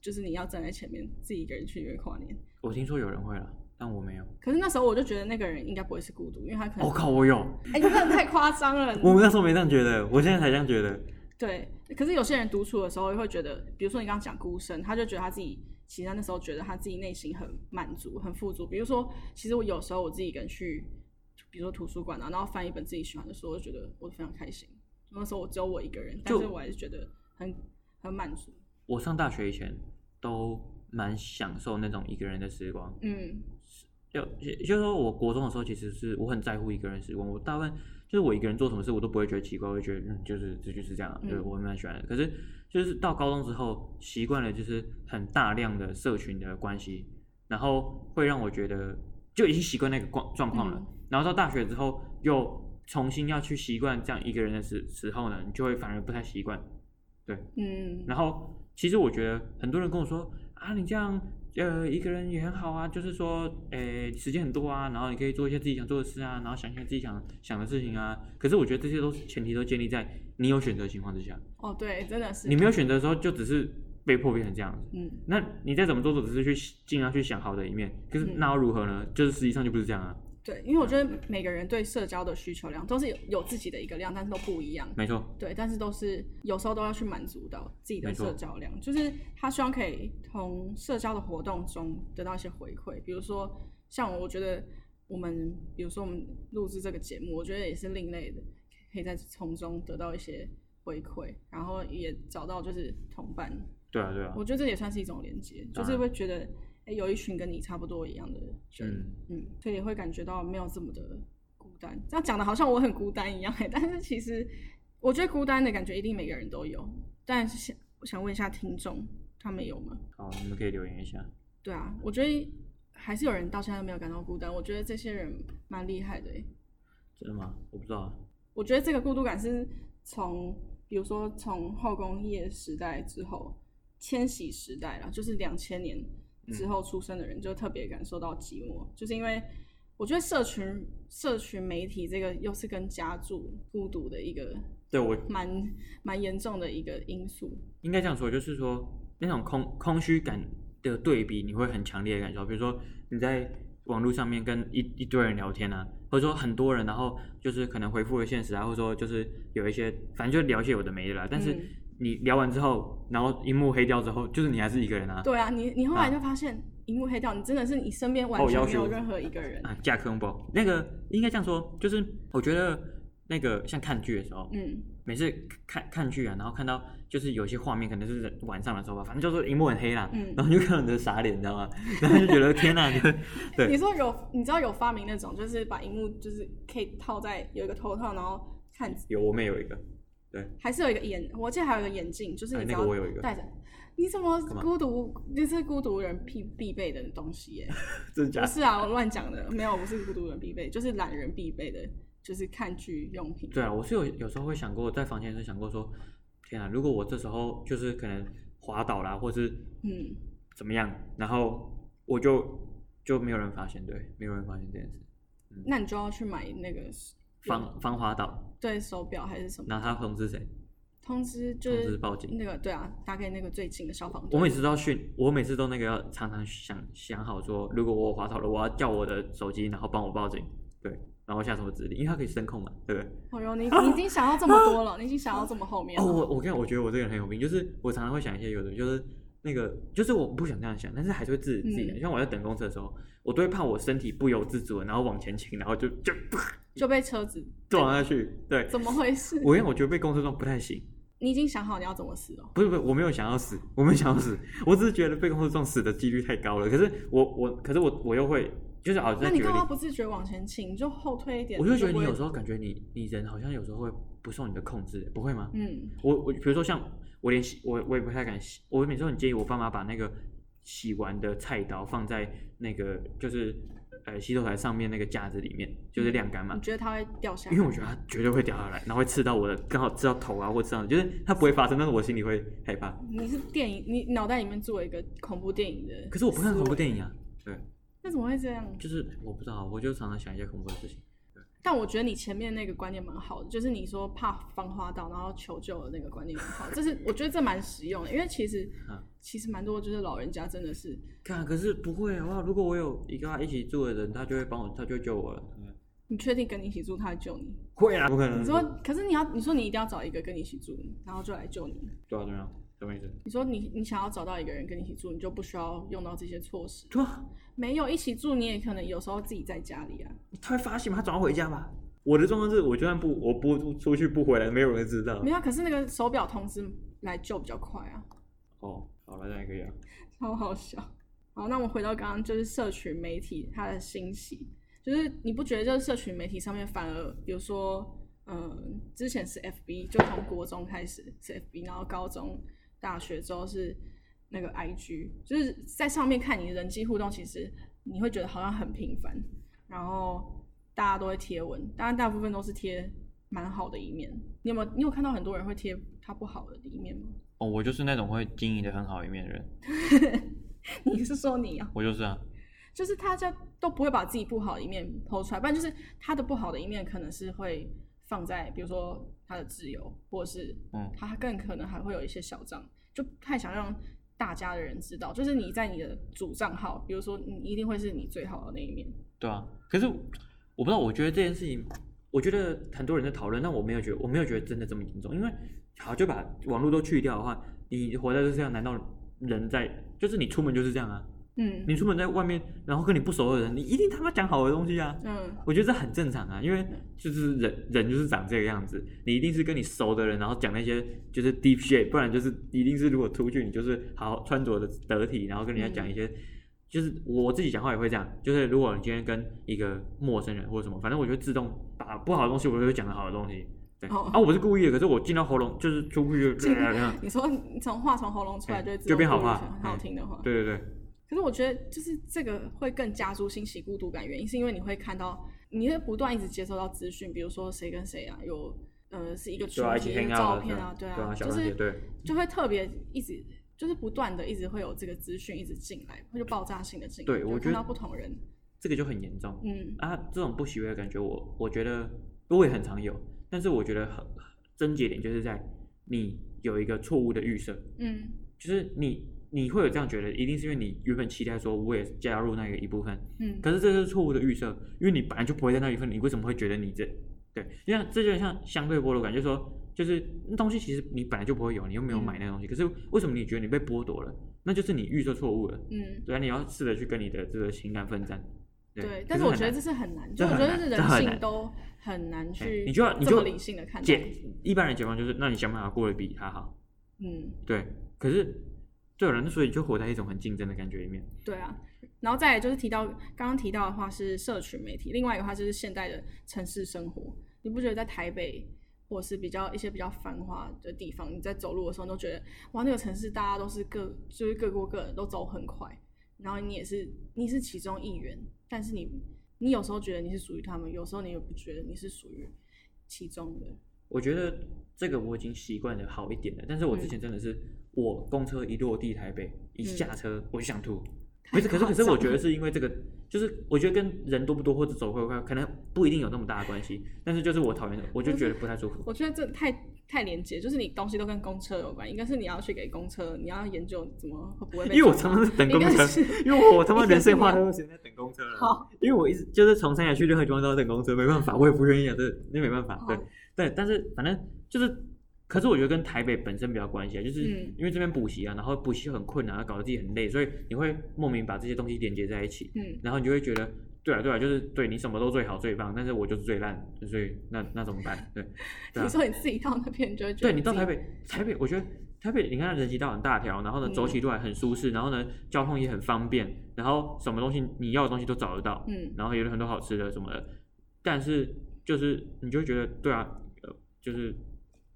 Speaker 1: 就是你要站在前面自己一个人去那边跨年。
Speaker 2: 我听说有人会了，但我没有。
Speaker 1: 可是那时候我就觉得那个人应该不会是孤独，因为他可
Speaker 2: 我、
Speaker 1: 能，
Speaker 2: 哦靠，我有，
Speaker 1: 哎、你真的太夸张了，
Speaker 2: 我们那时候没这样觉得，我现在才这样觉得。
Speaker 1: 对，可是有些人独处的时候会觉得，比如说你刚刚讲孤身，他就觉得他自己，其实他那时候觉得他自己内心很满足、很富足。比如说，其实我有时候我自己一个人去，比如说图书馆啊，然后翻一本自己喜欢的书，我就觉得我非常开心。那时候我只有我一个人，但
Speaker 2: 就是
Speaker 1: 我还是觉得很很满足。
Speaker 2: 我上大学以前都蛮享受那种一个人的时光，
Speaker 1: 嗯
Speaker 2: 就也就是说，我国中的时候其实是我很在乎一个人的时光，我大部分就是我一个人做什么事我都不会觉得奇怪，我会觉得嗯，就是这就是这样啊，
Speaker 1: 嗯
Speaker 2: 就是我蛮喜欢的。可是就是到高中之后，习惯了就是很大量的社群的关系，然后会让我觉得就已经习惯那个状状况了。
Speaker 1: 嗯
Speaker 2: 然后到大学之后又重新要去习惯这样一个人的时时候呢，你就会反而不太习惯。
Speaker 1: 嗯，
Speaker 2: 然后其实我觉得很多人跟我说啊，你这样呃一个人也很好啊，就是说诶时间很多啊，然后你可以做一些自己想做的事啊，然后想一些自己想想的事情啊。可是我觉得这些都是前提都建立在你有选择的情况之下，
Speaker 1: 哦对，真的是
Speaker 2: 你没有选择的时候就只是被迫变成这样子。
Speaker 1: 嗯
Speaker 2: 那你再怎么做，都只是去尽量去想好的一面，可是
Speaker 1: 嗯
Speaker 2: 那又如何呢？就是实际上就不是这样啊，
Speaker 1: 对，因为我觉得每个人对社交的需求量都是有有自己的一个量，但是都不一样。
Speaker 2: 没错，
Speaker 1: 对，但是都是有时候都要去满足到自己的
Speaker 2: 没错
Speaker 1: 社交量，就是他希望可以从社交的活动中得到一些回馈，比如说像我，我觉得我们，比如说我们录制这个节目，我觉得也是另类的，可以在从中得到一些回馈，然后也找到就是同伴，
Speaker 2: 对啊，对啊，
Speaker 1: 我觉得这也算是一种连接，就
Speaker 2: 当
Speaker 1: 是
Speaker 2: 然
Speaker 1: 会觉得哎、诶有一群跟你差不多一样的人，
Speaker 2: 嗯，
Speaker 1: 嗯，所以会感觉到没有这么的孤单。这样讲的好像我很孤单一样、欸，但 是其实我觉得孤单的感觉一定每个人都有。但是想我想问一下听众，他们有吗？
Speaker 2: 好，你们可以留言一下，
Speaker 1: 对啊，我觉得还是有人到现在都没有感到孤单。我觉得这些人蛮厉害的、欸。
Speaker 2: 真的吗？我不知道啊，
Speaker 1: 我觉得这个孤独感是从，比如说从后工业时代之后，千禧时代啦，就是两千年
Speaker 2: 嗯
Speaker 1: 之后出生的人，就特别感受到寂寞，就是因为我觉得社群社群媒体这个又是跟家住孤独的一个
Speaker 2: 对我
Speaker 1: 蛮蛮严重的一个因素。
Speaker 2: 应该这样说，就是说那种空空虚感的对比，你会很强烈的感受。比如说你在网络上面跟一一堆人聊天啊，或者说很多人，然后就是可能回复了现实啊，或者说就是有一些，反正就聊一些有的没的啦。但是
Speaker 1: 嗯
Speaker 2: 你聊完之后，然后荧幕黑掉之后，就是你还是一个人啊。
Speaker 1: 对啊，你你后来就发现，荧幕黑掉，你真的是你身边完
Speaker 2: 哦
Speaker 1: 全
Speaker 2: 要
Speaker 1: 没有
Speaker 2: 求
Speaker 1: 任何一个人。
Speaker 2: 啊，架空包那个应该这样说，就是我觉得那个像看剧的时候，
Speaker 1: 嗯，
Speaker 2: 每次看看剧啊，然后看到就是有些画面，可能是晚上的时候吧，反正就是荧幕很黑啦，
Speaker 1: 嗯
Speaker 2: 然后你就看到你的傻脸，你知道吗？ 然后就觉得天哪，就是对
Speaker 1: 你说有，你知道有发明那种，就是把荧幕就是可以套在有一个头套，然后看
Speaker 2: 有我妹有一个，
Speaker 1: 还是有一个眼，我记得还有一个眼镜，就是你
Speaker 2: 哎
Speaker 1: 只
Speaker 2: 那
Speaker 1: 要
Speaker 2: 个我有一个
Speaker 1: 戴着，你怎么
Speaker 2: 嘛
Speaker 1: 孤独？这是孤独人必必备的东西 耶？
Speaker 2: 真的假
Speaker 1: 不
Speaker 2: 的？
Speaker 1: 是啊，我乱讲的，没有，不是孤独人必备，就是懒人必备的，就是看剧用品。
Speaker 2: 对啊，我是有有时候会想过，在房间的时候想过说，天啊，如果我这时候就是可能滑倒啦，或是
Speaker 1: 嗯，
Speaker 2: 怎么样，然后我就就没有人发现，对，没有人发现这件事，
Speaker 1: 那你就要去买那个
Speaker 2: 防防滑倒，
Speaker 1: 对手表还是什么，
Speaker 2: 然后他通知谁？
Speaker 1: 通知就
Speaker 2: 通知
Speaker 1: 是
Speaker 2: 报警。
Speaker 1: 那个对啊，打给那个最近的消防
Speaker 2: 我
Speaker 1: 队。
Speaker 2: 每次都要训，我每次都那个要常常想想好说，如果我滑倒了，我要叫我的手机，然后帮我报警。对，然后下什么指令，因为它可以声控嘛，对不对？
Speaker 1: 哦哟，你你已经想到这么多了，你已经想到这么后面
Speaker 2: 哦，
Speaker 1: 了。
Speaker 2: 我我跟你讲，我觉得我这个人很有病，就是我常常会想一些有的，就是那个，就是我不想这样想，但是还是会自己自己来。
Speaker 1: 嗯
Speaker 2: 像我在等公车的时候，我都会怕我身体不由自主的，然后往前倾，然后就就
Speaker 1: 就被车子
Speaker 2: 撞下去。对，
Speaker 1: 怎么回事？
Speaker 2: 我跟你讲，我觉得被公车撞不太行。
Speaker 1: 你已经想好你要怎么死了？
Speaker 2: 不是不是，我没有想要死，我没有想要死，我只是觉得被公车撞死的几率太高了。可是我我，可是我我又会，就是啊，我
Speaker 1: 那
Speaker 2: 再举
Speaker 1: 你
Speaker 2: 个
Speaker 1: 干
Speaker 2: 例
Speaker 1: 嘛，不自觉往前倾，你就后退一点？
Speaker 2: 我就觉得你有
Speaker 1: 候，
Speaker 2: 时候感觉你你人好像有时候会不受你的控制，不会吗？
Speaker 1: 嗯，
Speaker 2: 我我比如说像我连洗我我也不太敢洗，我每次都很介意我爸妈把那个洗完的菜刀放在那个就是呃洗手台上面那个架子里面，就是晾干嘛
Speaker 1: 你，觉得它会掉下
Speaker 2: 嗯因
Speaker 1: 来
Speaker 2: 为？我觉得它绝对会掉下来，然后会刺到我的，刚好刺到头啊或刺到，就是它不会发生，但是我心里会害怕。
Speaker 1: 你是电影，你脑袋里面做一个恐怖电影的，
Speaker 2: 可是我不看恐怖电影啊，对，
Speaker 1: 那怎么会这样？
Speaker 2: 就是我不知道，我就常常想一些恐怖的事情。
Speaker 1: 但我觉得你前面那个观念蛮好的，就是你说怕防滑倒然后求救的那个观念蛮好，就是我觉得这蛮实用的，因为其实、
Speaker 2: 嗯
Speaker 1: 其实蛮多就是老人家真的是
Speaker 2: 看，可是不会啊！哇如果我有一个他一起住的人，他就会帮我，他就会救我了。嗯
Speaker 1: 你确定跟你一起住，他来救你？
Speaker 2: 会啊，不可能。
Speaker 1: 你说，可是你要，你说你一定要找一个跟你一起住，然后就来救你。
Speaker 2: 对啊，对啊，什么意思？
Speaker 1: 你说你你想要找到一个人跟你一起住，你就不需要用到这些措施。
Speaker 2: 对啊，
Speaker 1: 没有一起住，你也可能有时候自己在家里啊。
Speaker 2: 他会发现吗？他总要回家吧。我的状况是，我就算不我不出去不回来，没有人知道
Speaker 1: 没。有，啊可是那个手表通知来救比较快啊，
Speaker 2: 哦，好了，这样也可以啊。
Speaker 1: 超好笑。好，那我们回到刚刚，就是社群媒体它的兴起，就是你不觉得就是社群媒体上面反而，比如说，嗯，之前是 FB，就从国中开始是 FB，然后高中、大学之后是那个 IG，就是在上面看你的人际互动，其实你会觉得好像很频繁，然后大家都会贴文，当然大部分都是贴蛮好的一面。你有没有你有看到很多人会贴他不好的一面吗？
Speaker 2: 哦，我就是那种会经营的很好一面的人，
Speaker 1: 你是说你啊？
Speaker 2: 我就是啊。
Speaker 1: 就是大家都不会把自己不好的一面剖出来，不然就是他的不好的一面可能是会放在比如说他的自由，或者是
Speaker 2: 嗯
Speaker 1: 他更可能还会有一些小账，就不太想让大家的人知道，就是你在你的主账号，比如说你一定会是你最好的那一面，
Speaker 2: 对啊，可是我不知道，我觉得这件事情，我觉得很多人在讨论，但我没有觉得，我没有觉得真的这么严重，因为好就把网络都去掉的话，你活在这世上，难道人在就是你出门就是这样啊？
Speaker 1: 嗯
Speaker 2: 你出门在外面，然后跟你不熟的人，你一定他妈讲好的东西啊。
Speaker 1: 嗯，
Speaker 2: 我觉得这很正常啊，因为就是人人就是长这个样子，你一定是跟你熟的人，然后讲那些就是 deep shit，不然就是一定是如果出去你就是好好穿着的得体，然后跟人家讲一些，
Speaker 1: 嗯
Speaker 2: 就是我自己讲话也会这样，就是如果你今天跟一个陌生人或者什么，反正我就自动把不好的东西我就会讲的好的东西，对，
Speaker 1: 哦
Speaker 2: 啊我不是故意的，可是我进到喉咙就是出去就
Speaker 1: 进
Speaker 2: 这样，
Speaker 1: 你说你从话从喉咙出来就会自
Speaker 2: 就变
Speaker 1: 动
Speaker 2: 好
Speaker 1: 过滤
Speaker 2: 话
Speaker 1: 成
Speaker 2: 嗯
Speaker 1: 好听的话，
Speaker 2: 对对对，
Speaker 1: 可是我觉得，就是这个会更加速兴起孤独感，原因是因为你会看到，你会不断一直接收到资讯，比如说谁跟谁啊，有呃是一个群
Speaker 2: 对啊，一
Speaker 1: 体
Speaker 2: 起
Speaker 1: 一个
Speaker 2: hang
Speaker 1: 照
Speaker 2: out
Speaker 1: 片啊，对
Speaker 2: 对
Speaker 1: 啊，
Speaker 2: 小
Speaker 1: 就
Speaker 2: 团体
Speaker 1: 是
Speaker 2: 对。
Speaker 1: 就会特别一直就是不断的一直会有这个资讯一直进来，会就爆炸性的进来，
Speaker 2: 对
Speaker 1: 就
Speaker 2: 我觉
Speaker 1: 看
Speaker 2: 得
Speaker 1: 到不同人，
Speaker 2: 这个就很严重，
Speaker 1: 嗯
Speaker 2: 啊，这种不喜悦的感觉我，我觉得我也很常有，但是我觉得很症结点就是在你有一个错误的预设，
Speaker 1: 嗯
Speaker 2: 就是你你会有这样觉得，一定是因为你原本期待说我也加入那个一部分，
Speaker 1: 嗯，
Speaker 2: 可是这就是错误的预设，因为你本来就不会在那一份，你为什么会觉得你这对？就像这就很像相对剥夺感，就是说就是那东西其实你本来就不会有，你又没有买那东
Speaker 1: 嗯
Speaker 2: 西，可是为什么你觉得你被剥夺了？那就是你预设错误了，
Speaker 1: 嗯。
Speaker 2: 对啊，你要试着去跟你的这个情感奋战。
Speaker 1: 对，
Speaker 2: 可
Speaker 1: 但是我
Speaker 2: 很
Speaker 1: 觉得
Speaker 2: 难
Speaker 1: 这是很难，就
Speaker 2: 这
Speaker 1: 我觉
Speaker 2: 很
Speaker 1: 得
Speaker 2: 难
Speaker 1: 是
Speaker 2: 这
Speaker 1: 人
Speaker 2: 很
Speaker 1: 性
Speaker 2: 难
Speaker 1: 都很难去
Speaker 2: 你就要你
Speaker 1: 这
Speaker 2: 就
Speaker 1: 么
Speaker 2: 要
Speaker 1: 理性的看待
Speaker 2: 解，一般人解放就是，那你想办法过得比他好。
Speaker 1: 嗯，
Speaker 2: 对，可是对人，所以就活在一种很竞争的感觉里面。
Speaker 1: 对啊，然后再来就是提到刚刚提到的话是社群媒体，另外一个话就是现代的城市生活。你不觉得在台北或者是比较一些比较繁华的地方，你在走路的时候，你都觉得哇，那个城市大家都是各就是各过各的，都走很快，然后你也是你是其中一员，但是你你有时候觉得你是属于他们，有时候你又不觉得你是属于其中的。
Speaker 2: 我觉得这个我已经习惯的好一点了，但是我之前
Speaker 1: 嗯
Speaker 2: 真的是，我公车一落地台北，一下车我就想吐。可是可是可是，我觉得是因为这个，就是我觉得跟人多不多或者走会不快，可能不一定有那么大的关系，但是就是我讨厌的，我就觉得不太舒服。
Speaker 1: 我觉得这太太连接，就是你东西都跟公车有关，一个是你要去给公车，你要研究怎么会不会被
Speaker 2: 因为我
Speaker 1: 撞
Speaker 2: 常常是等公
Speaker 1: 一个
Speaker 2: 车，啊
Speaker 1: 是
Speaker 2: 因为我他妈
Speaker 1: 一个
Speaker 2: 人
Speaker 1: 是
Speaker 2: 生花
Speaker 1: 你
Speaker 2: 太多时间在等公车了。
Speaker 1: 好，
Speaker 2: 因为我一直就是从三峡去任何地方都要等公车，没办法，我也不愿意啊，这那没办法，对
Speaker 1: 好
Speaker 2: 对，但是反正就是，可是我觉得跟台北本身比较关系啊，就是
Speaker 1: 嗯
Speaker 2: 因为这边补习啊，然后补习又很困难，搞得自己很累，所以你会莫名把这些东西连接在一起，
Speaker 1: 嗯，
Speaker 2: 然后你就会觉得，对啊对啊，就是对你什么都最好最棒，但是我就是最烂，所以那那怎么办？对，对啊
Speaker 1: 你说你自己到那边，你就会觉得
Speaker 2: 对你到
Speaker 1: 自己
Speaker 2: 台北，台北我觉得台北，你看人行道很大条，然后呢
Speaker 1: 嗯
Speaker 2: 走起路来很舒适，然后呢交通也很方便，然后什么东西你要的东西都找得到，
Speaker 1: 嗯
Speaker 2: 然后有很多好吃的什么的，但是就是你就会觉得对啊，呃，就是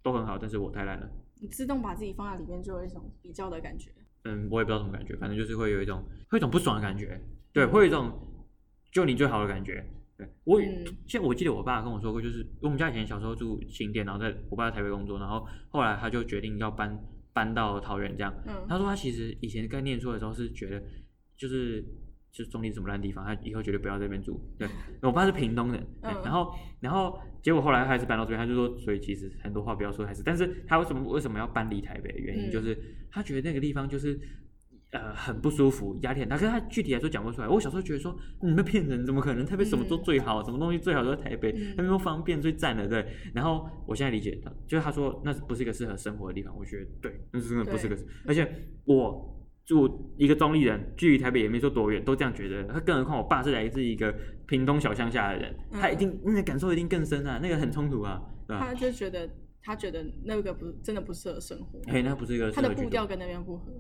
Speaker 2: 都很好，但是我太烂了，
Speaker 1: 你自动把自己放在里面，就有一种比较的感觉。
Speaker 2: 嗯，我也不知道什么感觉，反正就是会有一种会有一种不爽的感觉，对，会有一种就你最好的感觉。对我
Speaker 1: 嗯
Speaker 2: 像我记得我爸跟我说过，就是我们家以前小时候住新店，然后在我爸在台北工作，然后后来他就决定要搬搬到桃园这样，
Speaker 1: 嗯
Speaker 2: 他说他其实以前在念书的时候是觉得，就是就是中立什么烂地方，他以后绝对不要在这边住。对，我爸是屏东人，对
Speaker 1: 嗯
Speaker 2: 然后然后结果后来他还是搬到这边，他就说，所以其实很多话不要说，还是，但是他为什么为什么要搬离台北？原
Speaker 1: 嗯
Speaker 2: 因就是、他觉得那个地方就是。呃，很不舒服，压力很大。可是他具体来说讲不出来。我小时候觉得说，你们骗人，怎么可能？台北什么都
Speaker 1: 嗯
Speaker 2: 最好，什么东西最好都在台北，
Speaker 1: 嗯
Speaker 2: 那边又方便，最赞了，对。然后我现在理解他，就是他说那不是一个适合生活的地方，我觉得对，那是真的不是个
Speaker 1: 对。
Speaker 2: 而且我住一个中立人，距离台北也没说多远，都这样觉得。他更何况我爸是来自一个屏东小乡下的人，
Speaker 1: 嗯
Speaker 2: 他一定那个感受一定更深啊，那个很冲突啊，对吧？
Speaker 1: 他就觉得他觉得那个不真的不适合生活，
Speaker 2: 哎，那不是一个
Speaker 1: 他
Speaker 2: 适合
Speaker 1: 的步
Speaker 2: 居住
Speaker 1: 调跟那边不合。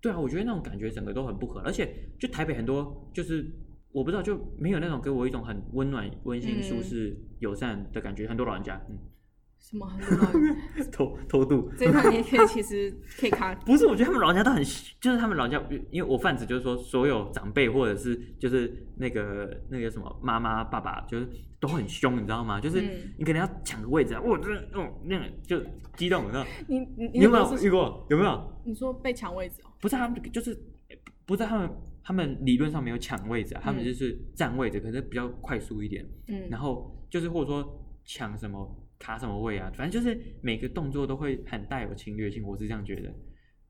Speaker 2: 对啊，我觉得那种感觉整个都很不合，而且就台北很多就是我不知道就没有那种给我一种很温暖、温馨、
Speaker 1: 嗯
Speaker 2: 舒适、友善的感觉。很多老人家，嗯，
Speaker 1: 什么很乱？
Speaker 2: 偷偷渡。
Speaker 1: 这一段你也可以其实可以卡，
Speaker 2: 不是，我觉得他们老人家都很，就是他们老人家，因为我泛指就是说，所有长辈或者是就是那个那个什么妈妈爸爸，就是都很凶，你知道吗？就是
Speaker 1: 嗯
Speaker 2: 你可能要抢个位置啊，我这哦那个就激动，你知道？
Speaker 1: 你你
Speaker 2: 你有没有
Speaker 1: 你
Speaker 2: 遇过？有没有？
Speaker 1: 你说被抢位置哦？
Speaker 2: 不是他们就是不是他们，他们理论上没有抢位置啊，他们
Speaker 1: 嗯
Speaker 2: 就是占位置，可是比较快速一点。
Speaker 1: 嗯，
Speaker 2: 然后就是或者说抢什么卡什么位啊，反正就是每个动作都会很带有侵略性，我是这样觉得。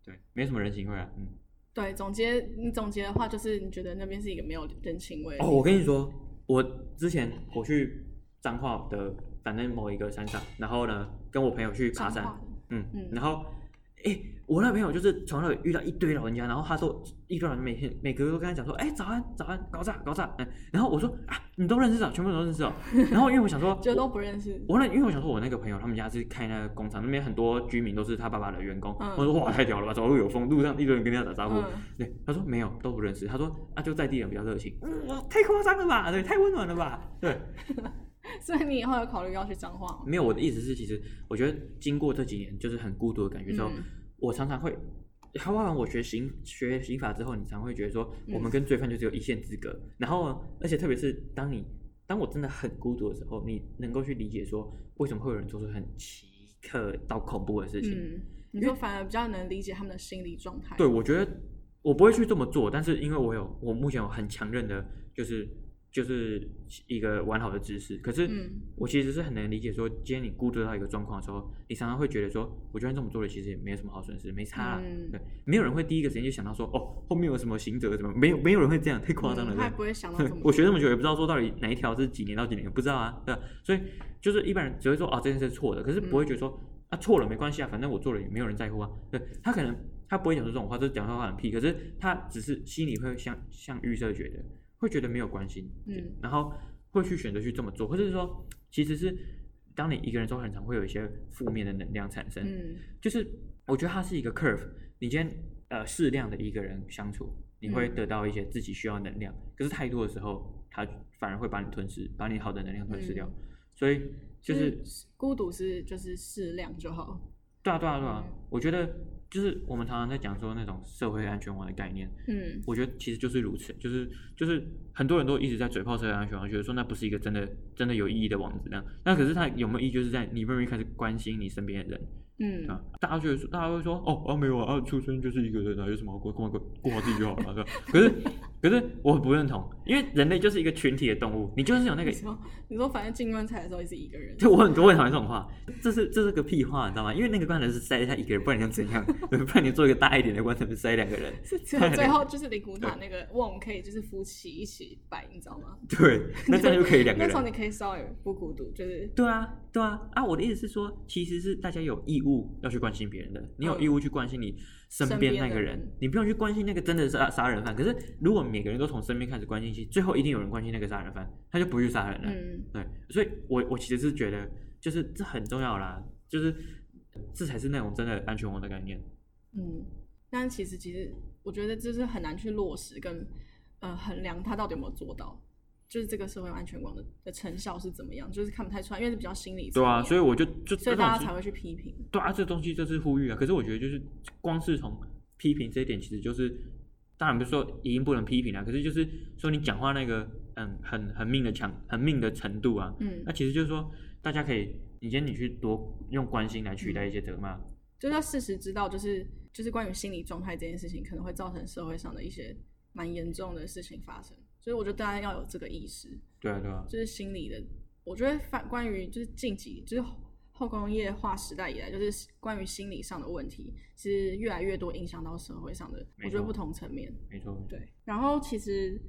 Speaker 2: 对，没什么人情味啊，嗯。
Speaker 1: 对，总结你总结的话就是你觉得那边是一个没有人情味的地
Speaker 2: 哦，
Speaker 1: 方
Speaker 2: 我跟你说，我之前我去彰化的，反正某一个山上，然后呢，跟我朋友去爬
Speaker 1: 彰
Speaker 2: 山
Speaker 1: 化，
Speaker 2: 嗯
Speaker 1: 嗯，
Speaker 2: 然后，哎，我那朋友就是从那里遇到一堆老人家，然后他说一堆老人每天每个都跟他讲说，哎，早安早安，搞炸搞炸，嗯，然后我说啊，你都认识啊，全部都认识哦，然后因为我想说
Speaker 1: 就都
Speaker 2: 我
Speaker 1: 不认识。
Speaker 2: 我那因为我想说，我那个朋友他们家是开那个工厂，那边很多居民都是他爸爸的员工。
Speaker 1: 嗯
Speaker 2: 我说哇，太屌了吧，走路有风，路上一堆人跟人家打招呼。
Speaker 1: 嗯，
Speaker 2: 对，他说没有，都不认识。他说啊，就在地人比较热情。嗯，我太夸张了吧？对，太温暖了吧？对，
Speaker 1: 所以你以后有考虑要去彰化吗？
Speaker 2: 没有。我的意思是，其实我觉得经过这几年就是很孤独的感觉之后，
Speaker 1: 嗯
Speaker 2: 我常常会，花完我学刑学刑法之后，你常会觉得说，
Speaker 1: 嗯
Speaker 2: 我们跟罪犯就只有一线之隔。然后，而且特别是当你当我真的很孤独的时候，你能够去理解说，为什么会有人做出很奇特到恐怖的事情。
Speaker 1: 嗯，你就反而比较能理解他们的心理状态。
Speaker 2: 对，我觉得我不会去这么做，但是因为我有我目前有很强韧的，就是就是一个完好的知识。可是
Speaker 1: 嗯
Speaker 2: 我其实是很能理解说，今天你孤独到一个状况的时候，你常常会觉得说，我就算这么做了，其实也没有什么好损失，没差啦。啊
Speaker 1: 嗯
Speaker 2: 对，没有人会第一个时间就想到说，哦，后面有什么行者怎么没有没有人会这样，太夸张了。
Speaker 1: 嗯
Speaker 2: 对
Speaker 1: 他也不会想到
Speaker 2: 对
Speaker 1: 这么多。
Speaker 2: 我学这么久也不知道说到底哪一条是几年到几年，不知道啊，对吧？所以就是一般人只会说啊这件事是错的，可是不会觉得说、
Speaker 1: 嗯
Speaker 2: 啊错了没关系啊，反正我做了也没有人在乎啊。对他可能他不会讲出这种话，就是讲这种话很屁，可是他只是心里会像像预设觉得会觉得没有关系，对
Speaker 1: 嗯
Speaker 2: 然后会去选择去这么做，或者是说其实是当你一个人的时候，很常会有一些负面的能量产生，
Speaker 1: 嗯
Speaker 2: 就是我觉得它是一个 curve，你今天呃适量的一个人相处，你会
Speaker 1: 嗯
Speaker 2: 得到一些自己需要的能量，可是太多的时候，它反而会把你吞噬，把你好的能量吞噬掉，所以就是、
Speaker 1: 孤独是就是适量就好。
Speaker 2: 对啊对啊对啊，
Speaker 1: 嗯
Speaker 2: 我觉得就是我们常常在讲说那种社会安全网的概念，
Speaker 1: 嗯
Speaker 2: 我觉得其实就是如此，就是就是很多人都一直在嘴炮社会安全网，觉得说那不是一个真的真的有意义的网址那样，那可是它有没有意义，就是在你愿不愿意开始关心你身边的人。
Speaker 1: 嗯，
Speaker 2: 啊，大家觉得说，大家会说，哦，啊没有啊，啊出生就是一个人啊，有什么好过过过好自己就好了，对吧？可是可是我不认同，因为人类就是一个群体的动物，你就是有那个
Speaker 1: 你，说你说，反正进棺材的时候也是一个人，
Speaker 2: 就我很我很讨厌这种话，这是这是个屁话，你知道吗？因为那个棺材是塞他一个人，不然你要怎样？ 对不然你做一个大一点的棺材，塞两个人。
Speaker 1: 是只有最后就是灵骨塔那个瓮可以就是夫妻一起摆，你知道吗？
Speaker 2: 对，那这样就可以两个
Speaker 1: 那时候
Speaker 2: 人。
Speaker 1: 你可以稍微不孤独，就是
Speaker 2: 对啊，对啊，啊！我的意思是说，其实是大家有义务要去关心别人的，你有
Speaker 1: 嗯
Speaker 2: 义务去关心你身
Speaker 1: 身
Speaker 2: 边
Speaker 1: 边
Speaker 2: 那
Speaker 1: 的
Speaker 2: 个人，
Speaker 1: 人
Speaker 2: 你不用去关心那个真的是杀杀人犯。可是如果每个人都从身边开始关心起，最后一定有人关心那个杀人犯，他就不去杀人了。
Speaker 1: 嗯，
Speaker 2: 对，所以我我其实是觉得，就是这很重要啦，就是这才是那种真的安全网的概念。
Speaker 1: 嗯，但其实其实我觉得就是很难去落实跟呃衡量他到底有没有做到，就是这个社会安全网的的成效是怎么样，就是看不太出来，因为是比较心理层
Speaker 2: 对啊，
Speaker 1: 面
Speaker 2: 所以我就就
Speaker 1: 所
Speaker 2: 这
Speaker 1: 以
Speaker 2: 种
Speaker 1: 大家
Speaker 2: 是
Speaker 1: 才会去批评。
Speaker 2: 对啊，这东西就是呼吁啊。可是我觉得就是光是从批评这一点，其实就是当然不是说一定不能批评啊，可是就是说你讲话那个嗯很很命的强很命的程度啊，
Speaker 1: 嗯
Speaker 2: 那，其实就是说大家可以，你今天你去多用关心来取代一些责骂。
Speaker 1: 就是要事实知道，就是就是关于心理状态这件事情，可能会造成社会上的一些蛮严重的事情发生，所以我觉得大家要有这个意识。
Speaker 2: 对啊，对啊，
Speaker 1: 就是心理的，我觉得反关于就是近几就是后工业化时代以来，就是关于心理上的问题，其实越来越多影响到社会上的，
Speaker 2: 没
Speaker 1: 我觉得
Speaker 2: 错
Speaker 1: 不同层面。
Speaker 2: 没错。没错
Speaker 1: 对，然后其实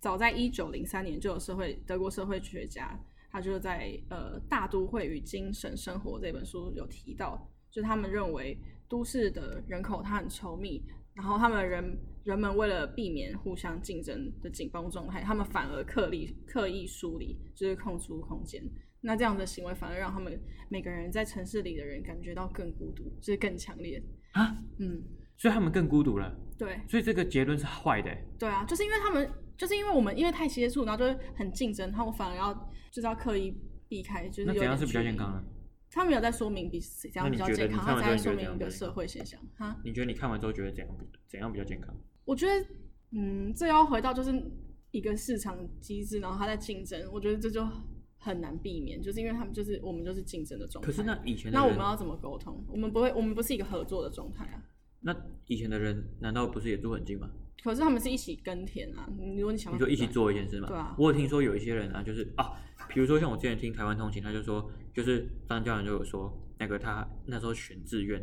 Speaker 1: 早在一九零三年就有社会德国社会学家，他就在呃《大都会与精神生活》这本书有提到，就他们认为都市的人口它很稠密，然后他们人人们为了避免互相竞争的紧绷状态，他们反而刻意刻意疏离，就是空出空间。那这样的行为反而让他们每个人在城市里的人感觉到更孤独，就是更强烈。
Speaker 2: 啊，
Speaker 1: 嗯，
Speaker 2: 所以他们更孤独了，
Speaker 1: 对。
Speaker 2: 所以这个结论是坏的欸、
Speaker 1: 对啊，就是因为他们，就是因为我们因为太接触，然后就是很竞争，然后我反而要就是要刻意避开，就是
Speaker 2: 欸那
Speaker 1: 有
Speaker 2: 怎样
Speaker 1: 点
Speaker 2: 是比较
Speaker 1: 距离
Speaker 2: 健康？呢？啊
Speaker 1: 他们有在说明比谁这
Speaker 2: 那
Speaker 1: 样
Speaker 2: 你
Speaker 1: 比较
Speaker 2: 觉得
Speaker 1: 健
Speaker 2: 你
Speaker 1: 康，
Speaker 2: 看
Speaker 1: 他
Speaker 2: 完
Speaker 1: 在
Speaker 2: 之后
Speaker 1: 说
Speaker 2: 你觉
Speaker 1: 明一
Speaker 2: 得怎样
Speaker 1: 个
Speaker 2: 比较
Speaker 1: 社会现象哈。
Speaker 2: 你觉得你看完之后觉得怎样比怎样比较健康？
Speaker 1: 我觉得，嗯，这要回到就是一个市场机制，然后他在竞争，我觉得这就很难避免，就是因为他们就是我们就是竞争的状态。
Speaker 2: 可是那以前的
Speaker 1: 那我
Speaker 2: 人，
Speaker 1: 们要怎么沟通？我们不会，我们不是一个合作的状态啊。
Speaker 2: 那以前的人难道不是也住很近吗？
Speaker 1: 可是他们是一起耕田啊，你如果你想
Speaker 2: 你
Speaker 1: 要
Speaker 2: 说一起
Speaker 1: 对
Speaker 2: 做一件事嘛？
Speaker 1: 对啊
Speaker 2: 我有听说有一些人啊，就是啊，比如说像我之前听台湾通勤，他就说，就是张教练就有说，那个他那时候选志愿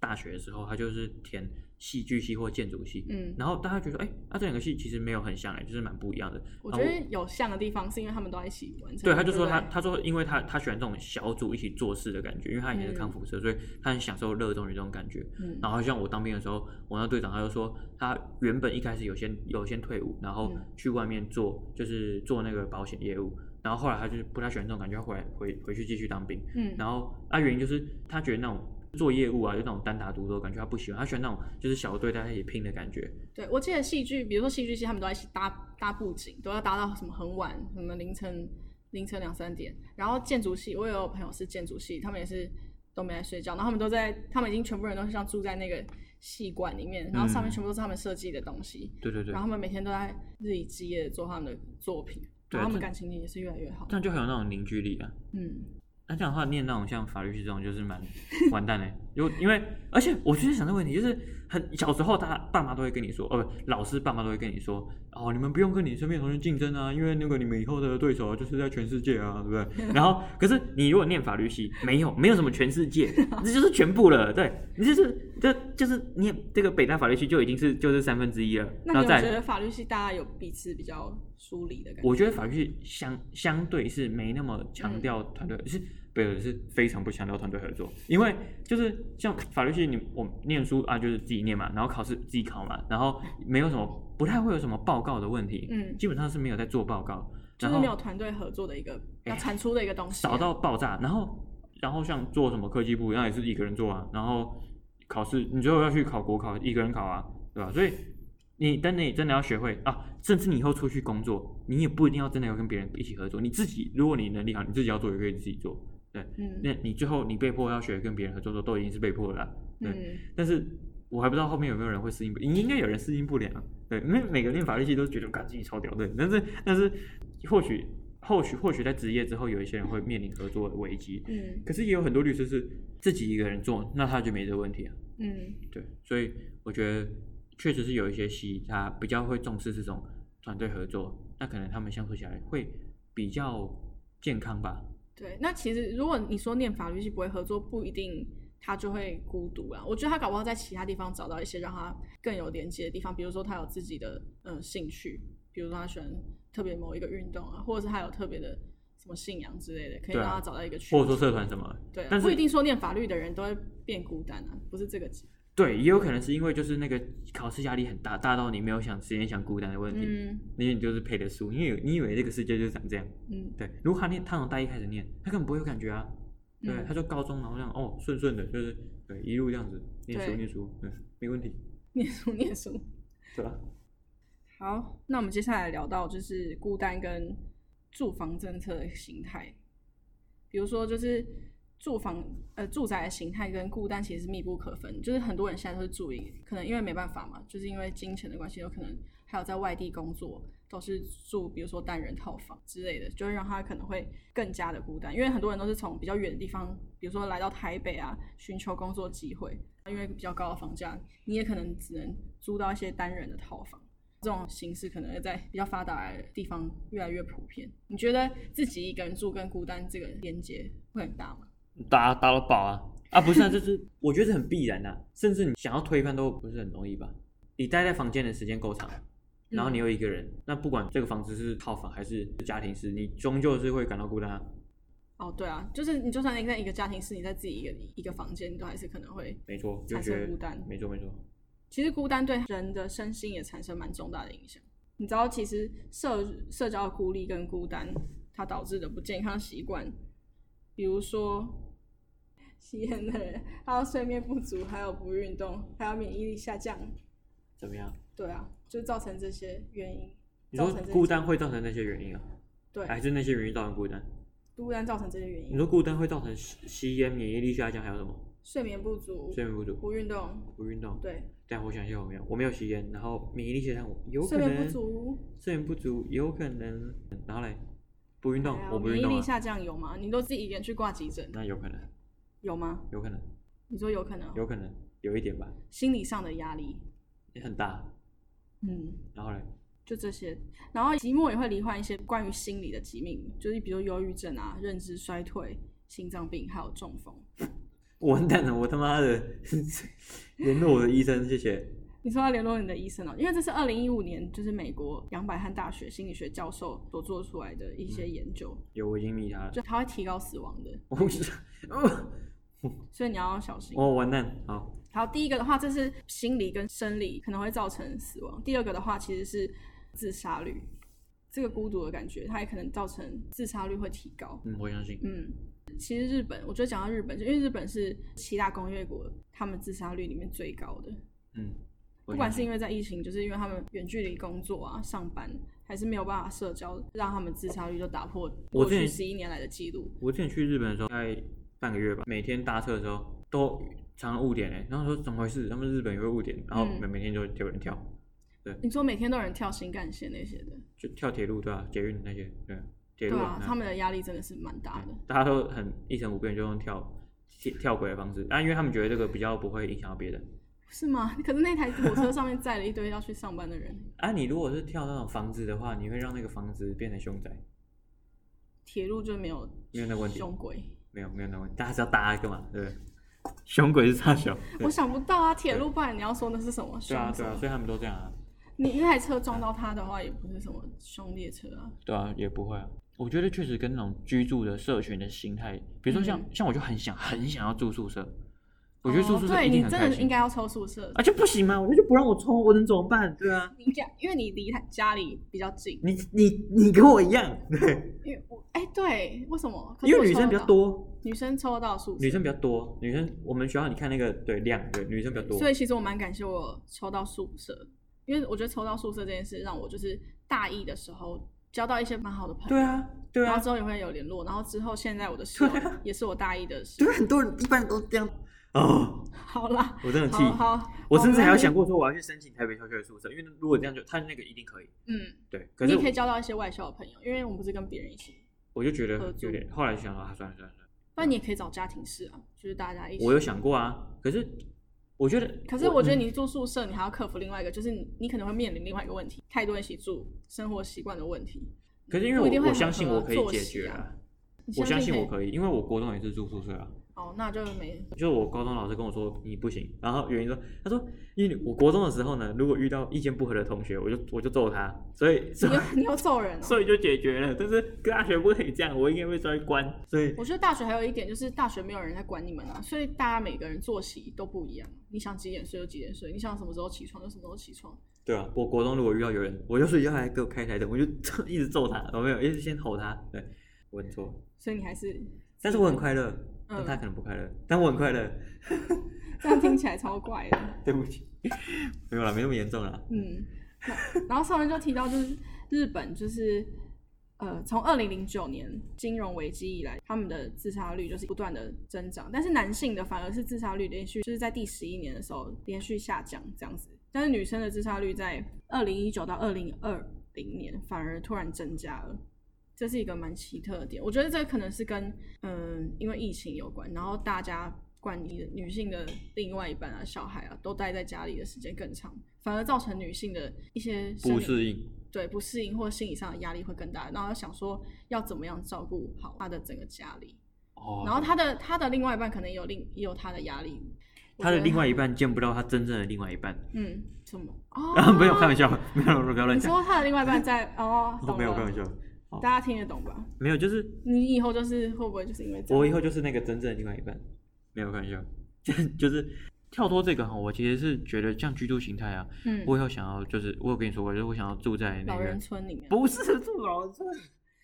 Speaker 2: 大学的时候，他就是填戏剧系或建筑系，
Speaker 1: 嗯，
Speaker 2: 然后大家觉得，哎、那、这两个系其实没有很像哎、就是蛮不一样的。
Speaker 1: 我
Speaker 2: 然
Speaker 1: 觉
Speaker 2: 后
Speaker 1: 得有像的地方是因为他们都在一起完成。
Speaker 2: 对，他就说
Speaker 1: 不
Speaker 2: 他他说，因为他他喜欢这种小组一起做事的感觉，因为他以前是康
Speaker 1: 嗯
Speaker 2: 复社，所以他很享受热衷于这种感觉。
Speaker 1: 嗯
Speaker 2: 然后像我当兵的时候，我那队长他就说，他原本一开始有先有先退伍，然后
Speaker 1: 嗯
Speaker 2: 去外面做，就是做那个保险业务。然后后来他就是不太喜欢这种感觉，他回来回回去继续当兵。
Speaker 1: 嗯，
Speaker 2: 然后啊，原因就是他觉得那种做业务啊，就那种单打独斗，感觉他不喜欢，他喜欢那种就是小队大家一起拼的感觉。
Speaker 1: 对，我记得戏剧，比如说戏剧系，他们都在一起搭搭布景，都要搭到什么很晚，什么凌晨凌晨两三点。然后建筑系，我也有朋友是建筑系，他们也是都没来睡觉，然后他们都在，他们已经全部人都是像住在那个戏馆里面，然后上面
Speaker 2: 嗯
Speaker 1: 全部都是他们设计的东西，
Speaker 2: 对对对
Speaker 1: 然，后他们每天都在日以继夜的做他们的作品，
Speaker 2: 对
Speaker 1: 然后他
Speaker 2: 这
Speaker 1: 们感情也是越来越好
Speaker 2: 这。样就很有那种凝聚力啊。
Speaker 1: 嗯，
Speaker 2: 那这样的话，念那种像法律系这种就是蛮 完蛋嘞，因为因为而且我就是想这个问题，就是很小时候他爸妈都会跟你说，哦不，老师爸妈都会跟你说，哦你们不用跟你身边的同学竞争啊，因为那个你们以后的对手啊就是在全世界啊，对 不对？然后可是你如果念法律系，没有没有什么全世 界，这就是全部了，对，你就是这就是念这个北大法律系就已经是就是三分之一了，
Speaker 1: 那你
Speaker 2: 然后
Speaker 1: 有
Speaker 2: 再
Speaker 1: 觉
Speaker 2: 来
Speaker 1: 得法律系大家有彼此比较疏离的感觉？
Speaker 2: 我觉得法律系相相对是没那么强调团队，是不是是非常不强调团队合作，因为就是像法律系你我们念书啊，就是自己念嘛，然后考试自己考嘛，然后没有什么不太会有什么报告的问题，
Speaker 1: 嗯
Speaker 2: 基本上是没有在做报告，
Speaker 1: 就
Speaker 2: 然
Speaker 1: 是
Speaker 2: 后
Speaker 1: 没有团队合作的一个要产出的一个东西啊、
Speaker 2: 少到爆炸，然后然后像做什么科技部，那也是一个人做啊，然后考试你最后要去考国考，一个人考啊，对吧？所以你等你真的要学会啊，甚至你以后出去工作，你也不一定要真的要跟别人一起合作，你自己如果你能力好，你自己要做也可以自己做。
Speaker 1: 嗯
Speaker 2: 那你最后你被迫要学跟别人合作的时候，都已经是被迫了啊、对
Speaker 1: 嗯。
Speaker 2: 但是我还不知道后面有没有人会适应不，应该有人适应不良。对，因为每个念法律系都觉得，感自己超屌对，但是但是或许或许或许在职业之后，有一些人会面临合作的危机。
Speaker 1: 嗯
Speaker 2: 可是也有很多律师是自己一个人做，那他就没这个问题啊。
Speaker 1: 嗯
Speaker 2: 对，所以我觉得确实是有一些系他比较会重视这种团队合作，那可能他们相处起来会比较健康吧。
Speaker 1: 对，那其实如果你说念法律系不会合作，不一定他就会孤独啦。我觉得他搞不好在其他地方找到一些让他更有连接的地方，比如说他有自己的呃兴趣，比如说他喜欢特别某一个运动啊，或者是他有特别的什么信仰之类的，可以
Speaker 2: 对
Speaker 1: 让
Speaker 2: 啊
Speaker 1: 他找到一个群体。
Speaker 2: 或者说社团什么，
Speaker 1: 对啊，
Speaker 2: 但是
Speaker 1: 不一定说念法律的人都会变孤单啊，不是这个级。
Speaker 2: 对，也有可能是因为就是那个考试压力很大，大到你没有想时间想孤单的问题，
Speaker 1: 嗯
Speaker 2: 因为你就是陪着书，因为你以为这个世界就是长这样。
Speaker 1: 嗯，
Speaker 2: 对，如果他念他从大一开始念，他根本不会有感觉啊。对，
Speaker 1: 嗯
Speaker 2: 他就高中然后这样哦，顺顺的，就是对一路这样子念书
Speaker 1: 对
Speaker 2: 念书，嗯，没问题，
Speaker 1: 念书念书。
Speaker 2: 对吧？
Speaker 1: 好，那我们接下来聊到就是孤单跟住房政策的形态，比如说就是住房呃住宅的形态跟孤单其实是密不可分，就是很多人现在都是住一，可能因为没办法嘛，就是因为金钱的关系，有可能还有在外地工作都是住比如说单人套房之类的，就会让他可能会更加的孤单，因为很多人都是从比较远的地方，比如说来到台北啊，寻求工作机会，因为比较高的房价，你也可能只能租到一些单人的套房。这种形式可能会在比较发达的地方越来越普遍。你觉得自己一个人住跟孤单这个连接会很大吗？
Speaker 2: 打打了饱啊啊，不是啊，就是我觉得是很必然的、啊甚至你想要推翻都不是很容易吧？你待在房间的时间够长，然
Speaker 1: 嗯
Speaker 2: 后你又一个人，那不管这个房子是套房还是家庭式，你终究是会感到孤单、啊。
Speaker 1: 哦，对啊，就是你就算在一个家庭是你在自己一个一个房间，你都还是可能会。
Speaker 2: 没错，就
Speaker 1: 产
Speaker 2: 觉
Speaker 1: 生
Speaker 2: 得
Speaker 1: 孤单
Speaker 2: 没错没错，
Speaker 1: 其实孤单对人的身心也产生蛮重大的影响。你知道，其实社社交的孤立跟孤单，它导致的不健康习惯，比如说吸烟的人，还有睡眠不足，还有不运动，还有免疫力下降，
Speaker 2: 怎么样？
Speaker 1: 对啊，就造成这些原因。
Speaker 2: 你说
Speaker 1: 造成这些
Speaker 2: 孤单会造成那些原因啊？
Speaker 1: 对，
Speaker 2: 还是那些原因造成孤单？
Speaker 1: 孤单造成这些原
Speaker 2: 你
Speaker 1: 因：
Speaker 2: 说孤单会造成吸吸烟、免疫力下降，还有什么？
Speaker 1: 睡眠不足、
Speaker 2: 睡眠不足、
Speaker 1: 不运动，
Speaker 2: 不运动。
Speaker 1: 对，
Speaker 2: 但我想一下，我没有，我没有吸烟，然后免疫力下降，我有可
Speaker 1: 睡
Speaker 2: 能
Speaker 1: 眠不足，
Speaker 2: 睡眠不足，有可能，然后嘞，不运动
Speaker 1: 还，有
Speaker 2: 我不
Speaker 1: 哎免
Speaker 2: 运
Speaker 1: 疫
Speaker 2: 动
Speaker 1: 力
Speaker 2: 啊，
Speaker 1: 下降有吗？你都自己一个人去挂急诊，
Speaker 2: 那有可能，
Speaker 1: 有吗？
Speaker 2: 有可能，
Speaker 1: 你说有可能哦，
Speaker 2: 有可能，有一点吧，
Speaker 1: 心理上的压力，
Speaker 2: 也很大。
Speaker 1: 嗯，
Speaker 2: 然后嘞，
Speaker 1: 就这些。然后寂寞也会罹患一些关于心理的疾病，就是比如忧郁症啊、认知衰退、心脏病，还有中风。
Speaker 2: 完蛋了，我他妈的联络我的医生，谢谢。
Speaker 1: 你说要联络你的医生哦，因为这是二零一五年，就是美国杨百翰大学心理学教授所做出来的一些
Speaker 2: 嗯
Speaker 1: 研究，
Speaker 2: 有，我已经密他了。
Speaker 1: 就它会提高死亡的，
Speaker 2: 我不知道哦
Speaker 1: 所以你要小心。
Speaker 2: 哦，完蛋，好，
Speaker 1: 好，第一个的话，这是心理跟生理可能会造成死亡；第二个的话，其实是自杀率，这个孤独的感觉，它也可能造成自杀率会提高。
Speaker 2: 嗯，我相信。
Speaker 1: 嗯，其实日本，我觉得讲到日本，就因为日本是七大工业国，他们自杀率里面最高的。
Speaker 2: 嗯，
Speaker 1: 不管是因
Speaker 2: 为
Speaker 1: 为在疫情，就是因为他们远距离工作啊、上班，还是没有办法社交，让他们自杀率就打破过
Speaker 2: 我之前
Speaker 1: 去十一年来的记录。
Speaker 2: 我之前去日本的时候，大概半个月吧，每天搭车的时候都常常误点哎、然后说怎么回事？他们日本也会误点，然后
Speaker 1: 嗯
Speaker 2: 每每天就有人跳，
Speaker 1: 你说每天都有人跳新干线那些的，
Speaker 2: 就跳铁路对吧、捷运那些对，
Speaker 1: 对
Speaker 2: 铁路
Speaker 1: 啊，
Speaker 2: 那
Speaker 1: 他们的压力真的是蛮大的。
Speaker 2: 大家都很一成不变，就用跳跳跳轨的方式啊，因为他们觉得这个比较不会影响到别人。
Speaker 1: 是吗？ 可是那台火车上面载了一堆要去上班的人，
Speaker 2: 啊，你如果是跳那种房子的话，你会让那个房子变成凶宅，
Speaker 1: 铁路就没有
Speaker 2: 没有那问题，
Speaker 1: 凶鬼。
Speaker 2: 没有没有那问题，大家知道搭一个嘛，对不对？凶鬼是差小，
Speaker 1: 我想不到啊，铁路不然你要说那是什么？
Speaker 2: 对啊
Speaker 1: 凶什
Speaker 2: 对啊，
Speaker 1: 么？
Speaker 2: 所以他们都这样啊，
Speaker 1: 你一台车撞到他的话，也不是什么凶列车啊。
Speaker 2: 对啊，也不会啊。我觉得确实跟那种居住的社群的心态，比如说像、像我就很想很想要住宿舍，我觉得住宿
Speaker 1: 嗯哦
Speaker 2: 舍
Speaker 1: 对
Speaker 2: 一定
Speaker 1: 你
Speaker 2: 很
Speaker 1: 真
Speaker 2: 开
Speaker 1: 的
Speaker 2: 心、
Speaker 1: 应该要抽宿舍。
Speaker 2: 啊，就不行吗？我就不让我抽，我能怎么办？对啊，
Speaker 1: 你家，因为你离他家里比较近，
Speaker 2: 你你你跟我一样，对，
Speaker 1: 因为我哎、对，为什么？可是
Speaker 2: 因
Speaker 1: 我
Speaker 2: 为女
Speaker 1: 抽
Speaker 2: 生
Speaker 1: 得
Speaker 2: 比较
Speaker 1: 到，
Speaker 2: 多，
Speaker 1: 女生抽得到宿舍，
Speaker 2: 女生比较多，女生我们学校你看那个对量，对女生比较多
Speaker 1: 所，以其实我蛮感谢我抽到宿舍，因为我觉得抽到宿舍这件事让我就是大一的时候交到一些蛮好的朋友，
Speaker 2: 对啊对
Speaker 1: 然
Speaker 2: 啊
Speaker 1: 后，之后也会有联络，然后之后现在我的室友
Speaker 2: 对啊
Speaker 1: 也是我大一的室友。
Speaker 2: 对很多人一般都这样哦，
Speaker 1: 好啦，
Speaker 2: 我真的很气，
Speaker 1: 好好，
Speaker 2: 我
Speaker 1: 好
Speaker 2: 甚至
Speaker 1: 没
Speaker 2: 还有
Speaker 1: 问题
Speaker 2: 想过说我要去申请台北校区的宿舍，因为如果这样就他那个一定可以，
Speaker 1: 嗯，
Speaker 2: 对，可
Speaker 1: 你
Speaker 2: 是
Speaker 1: 也可以
Speaker 2: 我
Speaker 1: 交到一些外校的朋友，因为我们不是跟别人一起，
Speaker 2: 我就觉
Speaker 1: 合
Speaker 2: 得
Speaker 1: 租
Speaker 2: 有点，后来就想到啊，算了算了算了，
Speaker 1: 不然你也可以找家庭式啊，就是大家一起。
Speaker 2: 我有想过啊，可是我觉得，嗯
Speaker 1: 可是我觉得你住宿舍，你还要克服另外一个，就是你你可能会面临另外一个问题，太多人一起住，生活习惯的问题。
Speaker 2: 可是因
Speaker 1: 不一
Speaker 2: 为
Speaker 1: 定
Speaker 2: 我
Speaker 1: 会
Speaker 2: 我
Speaker 1: 很
Speaker 2: 相信
Speaker 1: 合
Speaker 2: 我可以
Speaker 1: 作
Speaker 2: 解
Speaker 1: 息
Speaker 2: 决
Speaker 1: 啊
Speaker 2: 啊，
Speaker 1: 你
Speaker 2: 我相信
Speaker 1: 可以
Speaker 2: 我可以，因为我国中也是住宿舍啊。
Speaker 1: 哦，那就没
Speaker 2: 就是我高中老师跟我说你不行，然后原因说，他说因为我国中的时候呢，如果遇到意见不合的同学，我就我就揍他，所以所
Speaker 1: 你
Speaker 2: 以
Speaker 1: 要你要揍人、哦。
Speaker 2: 所以就解决了。但是大学不可以这样，我应该被抓去关。所以
Speaker 1: 我觉得大学还有一点就是大学没有人在管你们啊，所以大家每个人作息都不一样。你想几点睡就几点睡，你想什么时候起床就什么时候起床。
Speaker 2: 对啊，我国中如果遇到有人，我就睡觉还给我开台灯，我就 一直揍他，我没有，一直先吼他，对我很错，
Speaker 1: 所以你还是
Speaker 2: 但是我很快乐，但
Speaker 1: 嗯
Speaker 2: 他可能不快乐，但我很快乐。
Speaker 1: 这样听起来超怪的。
Speaker 2: 对不起， 没有啦，没那么严重啦。
Speaker 1: 嗯，那然后上面就提到就是日本就是呃从二零零九年金融危机以来，他们的自杀率就是不断的增长，但是男性的反而是自杀率连续就是在第十一年的时候连续下降这样子，但是女生的自杀率在二零一九到二零二零年反而突然增加了。这是一个蛮奇特的点，我觉得这可能是跟嗯，因为疫情有关，然后大家管你的女性的另外一半啊、小孩啊，都待在家里的时间更长，反而造成女性的一些生理
Speaker 2: 不适应，
Speaker 1: 对不适应或心理上的压力会更大，然后想说要怎么样照顾好她的整个家里，
Speaker 2: 哦
Speaker 1: 然后她的她的另外一半可能也有另也有她的压力，我
Speaker 2: 他的
Speaker 1: 觉得
Speaker 2: 另外一半见不到他真正的另外一半，
Speaker 1: 嗯什么哦，
Speaker 2: 啊，没有开玩笑，没有不要乱
Speaker 1: 你
Speaker 2: 讲，
Speaker 1: 说她的另外一半在哦，
Speaker 2: 哦
Speaker 1: 懂
Speaker 2: 没有
Speaker 1: 了
Speaker 2: 开玩笑，
Speaker 1: 大家听得懂吧？
Speaker 2: 没有，就是
Speaker 1: 你以后就是会不会就是因为这样？
Speaker 2: 我以后就是那个真正的另外一半，没有开玩笑，就是跳脱这个哈，我其实是觉得像居住形态啊，
Speaker 1: 嗯，
Speaker 2: 我以后想要就是我有跟你说过，就是我想要住在那
Speaker 1: 老
Speaker 2: 个
Speaker 1: 人村里面。
Speaker 2: 不是住老人村，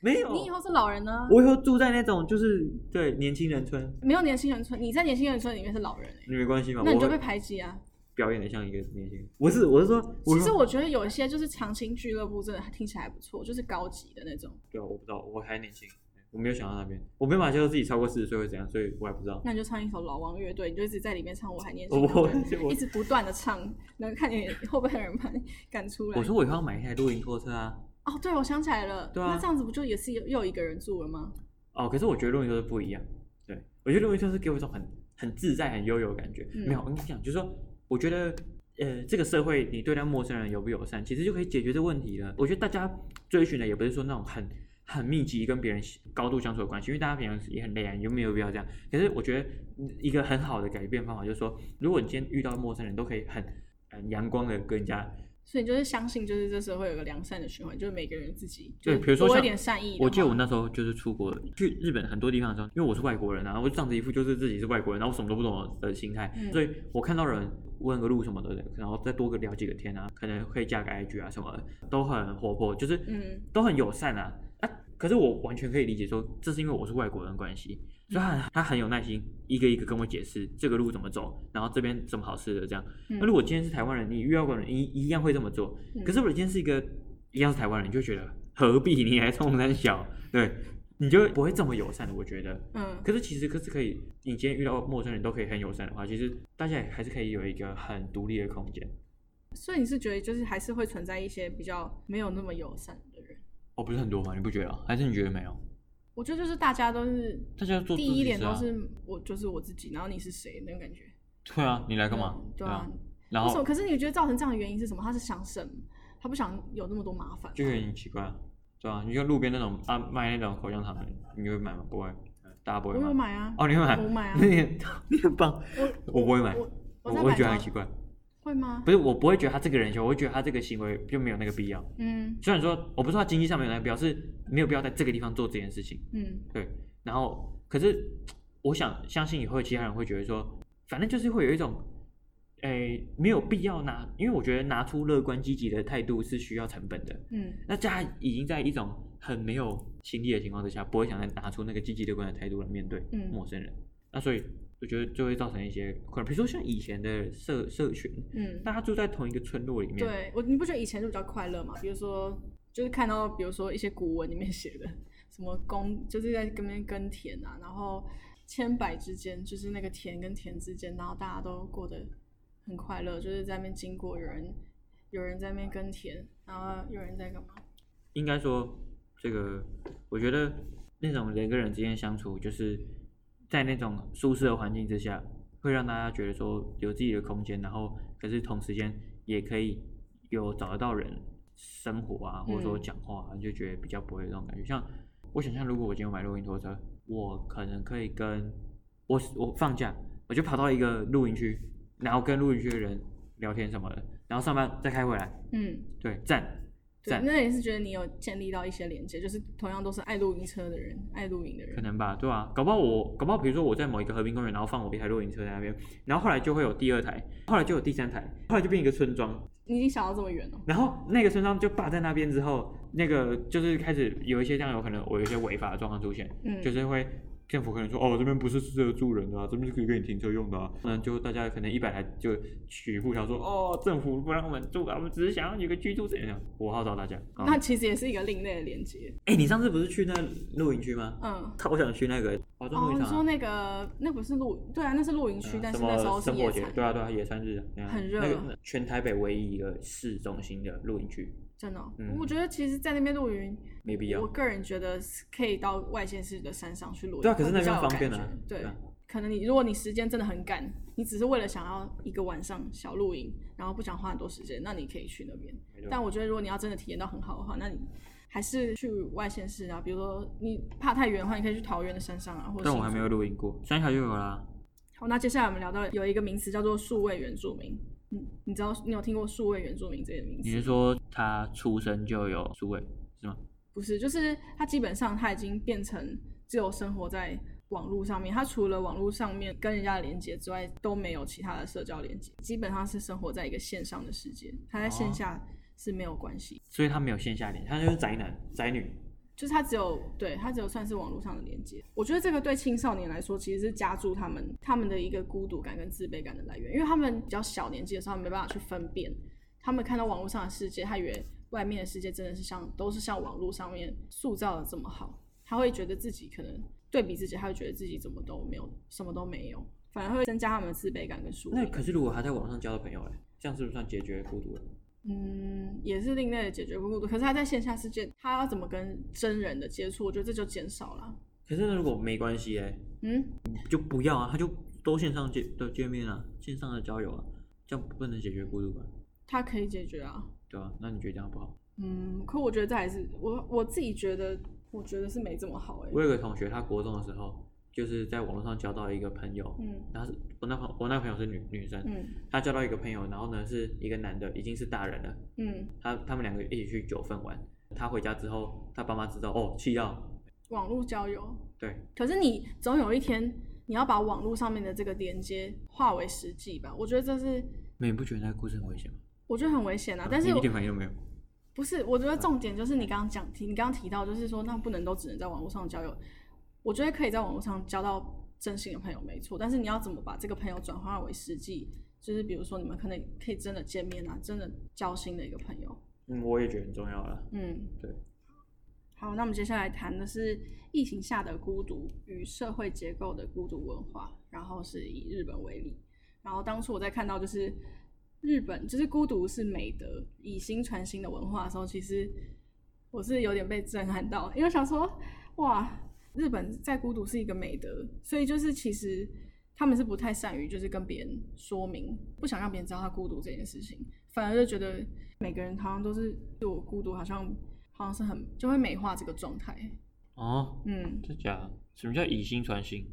Speaker 2: 没有，
Speaker 1: 你以后是老人呢、
Speaker 2: 我以后住在那种就是对年轻人村，
Speaker 1: 没有年轻人村，你在年轻人村里面是老人、欸、
Speaker 2: 你没关系嘛，
Speaker 1: 那你
Speaker 2: 我
Speaker 1: 就
Speaker 2: 会
Speaker 1: 被排挤啊。
Speaker 2: 表演的像一个年轻人，不是，我是说，
Speaker 1: 其实
Speaker 2: 说
Speaker 1: 我觉得有一些就是长青俱乐部，真的听起来还不错，就是高级的那种。
Speaker 2: 对啊，我不知道，我还年轻，我没有想到那边，我没办法接受自己超过四十岁会怎样，所以我还不知道。
Speaker 1: 那你就唱一首老王乐队，你就一直在里面唱《我还年轻》
Speaker 2: 我
Speaker 1: 然后
Speaker 2: 我
Speaker 1: 就
Speaker 2: 我
Speaker 1: 一直不断的唱，能看见会不会有人把你赶出来
Speaker 2: 我？说我以后要买一台露营拖车啊，
Speaker 1: 哦，对，我想起来了，
Speaker 2: 对啊
Speaker 1: 那这样子不就也是又又一个人住了吗？
Speaker 2: 哦，可是我觉得露营拖车不一样，对我觉得露营拖车给我一种很很自在、很悠游的感觉。
Speaker 1: 嗯
Speaker 2: 没有，我跟你讲，就是说，我觉得呃，这个社会你对待陌生人友不友善，其实就可以解决这问题了。我觉得大家追寻的也不是说那种很。很密集跟别人高度相处的关系，因为大家平常也很累啊，你就没有必要这样。可是我觉得一个很好的改变方法就是说，如果你今天遇到陌生人，都可以很很阳光的跟人家
Speaker 1: 所以你就是相信，就是这社会有个良善的循环，就是每个人自己
Speaker 2: 对
Speaker 1: 就是
Speaker 2: 比如说
Speaker 1: 多一
Speaker 2: 像
Speaker 1: 点善意的话。
Speaker 2: 我记得我那时候就是出国去日本很多地方的时候，因为我是外国人啊，我就仗着一副就是自己是外国人，然后我什么都不懂的呃心态，
Speaker 1: 嗯
Speaker 2: 所以我看到人问个路什么的，然后再多个聊几个天啊，可能可以加个 IG 啊什么的，都很活泼，就是
Speaker 1: 嗯
Speaker 2: 都很友善啊。啊，可是我完全可以理解说，这是因为我是外国人的关系，
Speaker 1: 嗯
Speaker 2: 所以他很他很有耐心，一个一个跟我解释这个路怎么走，然后这边怎么好吃的这样。
Speaker 1: 嗯
Speaker 2: 那如果今天是台湾人，你遇到过人一一样会这么做，
Speaker 1: 嗯
Speaker 2: 可是我今天是一个一样是台湾人，你就觉得何必你还冲山小，对，你就不会这么友善的，我觉得。
Speaker 1: 嗯，
Speaker 2: 可是其实可是可以，你今天遇到陌生人都可以很友善的话，其实大家也还是可以有一个很独立的空间。
Speaker 1: 所以你是觉得就是还是会存在一些比较没有那么友善的人？
Speaker 2: 哦，不是很多吗？你不觉得啊？还是你觉得没有？
Speaker 1: 我觉得就是大家都是
Speaker 2: 大家做
Speaker 1: 第
Speaker 2: 自己
Speaker 1: 一点
Speaker 2: 事
Speaker 1: 都
Speaker 2: 啊
Speaker 1: 是我就是我自己，然后你是谁那种感觉。
Speaker 2: 对啊，哦你来干嘛
Speaker 1: 嗯？对啊，
Speaker 2: 然
Speaker 1: 为什么？
Speaker 2: 后
Speaker 1: 可是你觉得造成这样的原因是什么？他是想省，他不想有那么多麻烦。
Speaker 2: 就有点奇怪啊，对啊，你就路边那种啊卖那种口香糖的，你会买吗？不会，大家不
Speaker 1: 我
Speaker 2: 会买。
Speaker 1: 有买啊，
Speaker 2: 哦，你 会买？
Speaker 1: 我买啊
Speaker 2: 那你很你很棒。我不会买，
Speaker 1: 我
Speaker 2: 我
Speaker 1: 在
Speaker 2: 会觉得
Speaker 1: 买
Speaker 2: 很
Speaker 1: 吗
Speaker 2: 奇怪。
Speaker 1: 会吗
Speaker 2: 不？是，我不会觉得他这个人凶，我会觉得他这个行为就没有那个必要。
Speaker 1: 嗯
Speaker 2: 虽然说我不是说他经济上面有那个必要，是没有必要在这个地方做这件事情。
Speaker 1: 嗯，
Speaker 2: 对，然后可是我想相信以后其他人会觉得说，反正就是会有一种，诶，没有必要拿，因为我觉得拿出乐观积极的态度是需要成本的。
Speaker 1: 嗯，
Speaker 2: 那大家已经在一种很没有心力的情况之下，不会想再拿出那个积极乐观的态度来面对
Speaker 1: 嗯
Speaker 2: 陌生人。那所以我觉得就会造成一些困扰，比如说像以前的社社群，
Speaker 1: 嗯，
Speaker 2: 大家住在同一个村落里面，
Speaker 1: 对我你不觉得以前就比较快乐吗？比如说，就是看到比如说一些古文里面写的什么耕，就是在跟边耕田啊，然后千百之间，就是那个田跟田之间，然后大家都过得很快乐，就是在那边经过有人有人在那边耕田，然后有人在干嘛？
Speaker 2: 应该说，这个我觉得那种人跟人之间相处，就是在那种舒适的环境之下，会让大家觉得说有自己的空间，然后可是同时间也可以有找得到人生活啊，或者说
Speaker 1: 嗯
Speaker 2: 讲话、啊，就觉得比较不会有这种感觉。像我想象，如果我今天买露营拖车，我可能可以跟我我放假，我就跑到一个露营区，然后跟露营区的人聊天什么的，然后上班再开回来，
Speaker 1: 嗯，
Speaker 2: 对，赞
Speaker 1: 对，
Speaker 2: 赞，
Speaker 1: 那也是觉得你有建立到一些连接，就是同样都是爱露营车的人，爱露营的
Speaker 2: 可
Speaker 1: 人，
Speaker 2: 能吧，对啊，搞不好我搞不好，比如说我在某一个和平公园，然后放我一台露营车在那边，然后后来就会有第二台，后来就有第三台，后来就变一个村庄，
Speaker 1: 你已经想到这么远了、
Speaker 2: 然后那个村庄就霸在那边之后，那个就是开始有一些这样有可能我有一些违法的状况出现，
Speaker 1: 嗯，
Speaker 2: 就是会政府可能说哦这边不是适合住人的啊，这边是可以给你停车用的啊，那就大家可能一百台就取互相说哦政府不让我们住啊，我们只是想要有个居住点，我号召大家。好
Speaker 1: 嗯那其实也是一个另类的连接。
Speaker 2: 哎、你上次不是去那露营区吗？
Speaker 1: 嗯，
Speaker 2: 超想去那个华中
Speaker 1: 哦，
Speaker 2: 露营
Speaker 1: 你说
Speaker 2: 场、啊。
Speaker 1: 那个那不是露，对啊，那是露营区，
Speaker 2: 嗯
Speaker 1: 但
Speaker 2: 什
Speaker 1: 是
Speaker 2: 么
Speaker 1: 那时候是
Speaker 2: 生
Speaker 1: 野
Speaker 2: 活节
Speaker 1: 餐，，
Speaker 2: 对啊对啊，野餐日，嗯
Speaker 1: 很热
Speaker 2: 那个全台北唯一一个市中心的露营区，
Speaker 1: 真的哦、
Speaker 2: 嗯
Speaker 1: 我觉得其实，在那边露营，
Speaker 2: 没必要
Speaker 1: 我。个人觉得是可以到外县市的山上去露营，
Speaker 2: 对啊，可
Speaker 1: 会
Speaker 2: 是那
Speaker 1: 比
Speaker 2: 边
Speaker 1: 较有
Speaker 2: 方便
Speaker 1: 感
Speaker 2: 啊
Speaker 1: 觉。对
Speaker 2: 啊，
Speaker 1: 可能你如果你时间真的很赶，你只是为了想要一个晚上小露营，然后不想花很多时间，那你可以去那边。
Speaker 2: 没错
Speaker 1: 但我觉得如果你要真的体验到很好的话，那你还是去外县市啊，比如说你怕太远的话，你可以去桃园的山上啊，或者。
Speaker 2: 但我还没有。露营过，三峡就有啦。
Speaker 1: 好，那接下来我们聊到有一个名词叫做数位原住民，嗯，你知道你有听过数位原住民这个名
Speaker 2: 你
Speaker 1: 词？
Speaker 2: 是说他出生就有数位是吗？
Speaker 1: 不是，就是它基本上它已经变成只有生活在网络上面，它除了网络上面跟人家的连接之外，都没有其他的社交连接，基本上是生活在一个线上的世界，它在线下是没有关系，
Speaker 2: 所以他没有线下脸，他就是宅男宅女。
Speaker 1: 就是它只有对它只有算是网络上的连接。我觉得这个对青少年来说，其实是加注他们他们的一个孤独感跟自卑感的来源，因为他们比较小年纪的时候，他们没办法去分辨，他们看到网络上的世界，他以为外面的世界真的是像都是像网络上面塑造的这么好，他会觉得自己可能对比自己，他会觉得自己怎么都没有，什么都没有，反而会增加他们的自卑感跟疏
Speaker 2: 那
Speaker 1: 离感。
Speaker 2: 可是如果他在网上交到朋友嘞，这样是不是算解决孤独了？
Speaker 1: 嗯，也是另类的解决孤独。可是他在线下世界，他要怎么跟真人的接触，我觉得这就减少了。
Speaker 2: 可是那如果没关系嘞，
Speaker 1: 嗯，
Speaker 2: 就不要啊，他就都线上见对见面啊，线上的交友啊，这样不能解决孤独吧？
Speaker 1: 他可以解决啊。
Speaker 2: 对吧、那你觉得这样不好？
Speaker 1: 嗯，可我觉得这还是我我自己觉得，我觉得是没这么好哎、
Speaker 2: 我有个同学，他国中的时候就是在网络上交到一个朋友，
Speaker 1: 嗯
Speaker 2: 然后是我那朋我那朋友是女女生，
Speaker 1: 嗯
Speaker 2: 她交到一个朋友，然后呢是一个男的，已经是大人了。
Speaker 1: 嗯，
Speaker 2: 他他们两个一起去九份玩。他回家之后，他爸妈知道哦，气到
Speaker 1: 网络交友，
Speaker 2: 对，
Speaker 1: 可是你总有一天你要把网络上面的这个连接化为实际吧？我觉得这是
Speaker 2: 那你不觉得那个故事很危险吗？
Speaker 1: 我觉得很危险啊。但是
Speaker 2: 你
Speaker 1: 我
Speaker 2: 一点反应都没有。
Speaker 1: 不是，我觉得重点就是你刚刚讲提，你刚刚提到就是说，那不能都只能在网络上交友。我觉得可以在网络上交到真心的朋友，没错。但是你要怎么把这个朋友转化为实际？就是比如说，你们可能可以真的见面啊，真的交心的一个朋友。
Speaker 2: 嗯，我也觉得很重要了。
Speaker 1: 嗯，
Speaker 2: 对。
Speaker 1: 好，那我们接下来谈的是疫情下的孤独与社会结构的孤独文化，然后是以日本为例。然后当初我在看到就是日本就是孤独是美德，以心传心的文化的时候，其实我是有点被震撼到，因为我想说哇，日本在孤独是一个美德，所以就是其实他们是不太善于就是跟别人说明，不想让别人知道他孤独这件事情，反而就觉得每个人好像都是对我孤独，好像好像是很就会美化这个状态。
Speaker 2: 哦，
Speaker 1: 嗯，
Speaker 2: 真假的？什么叫以心传心？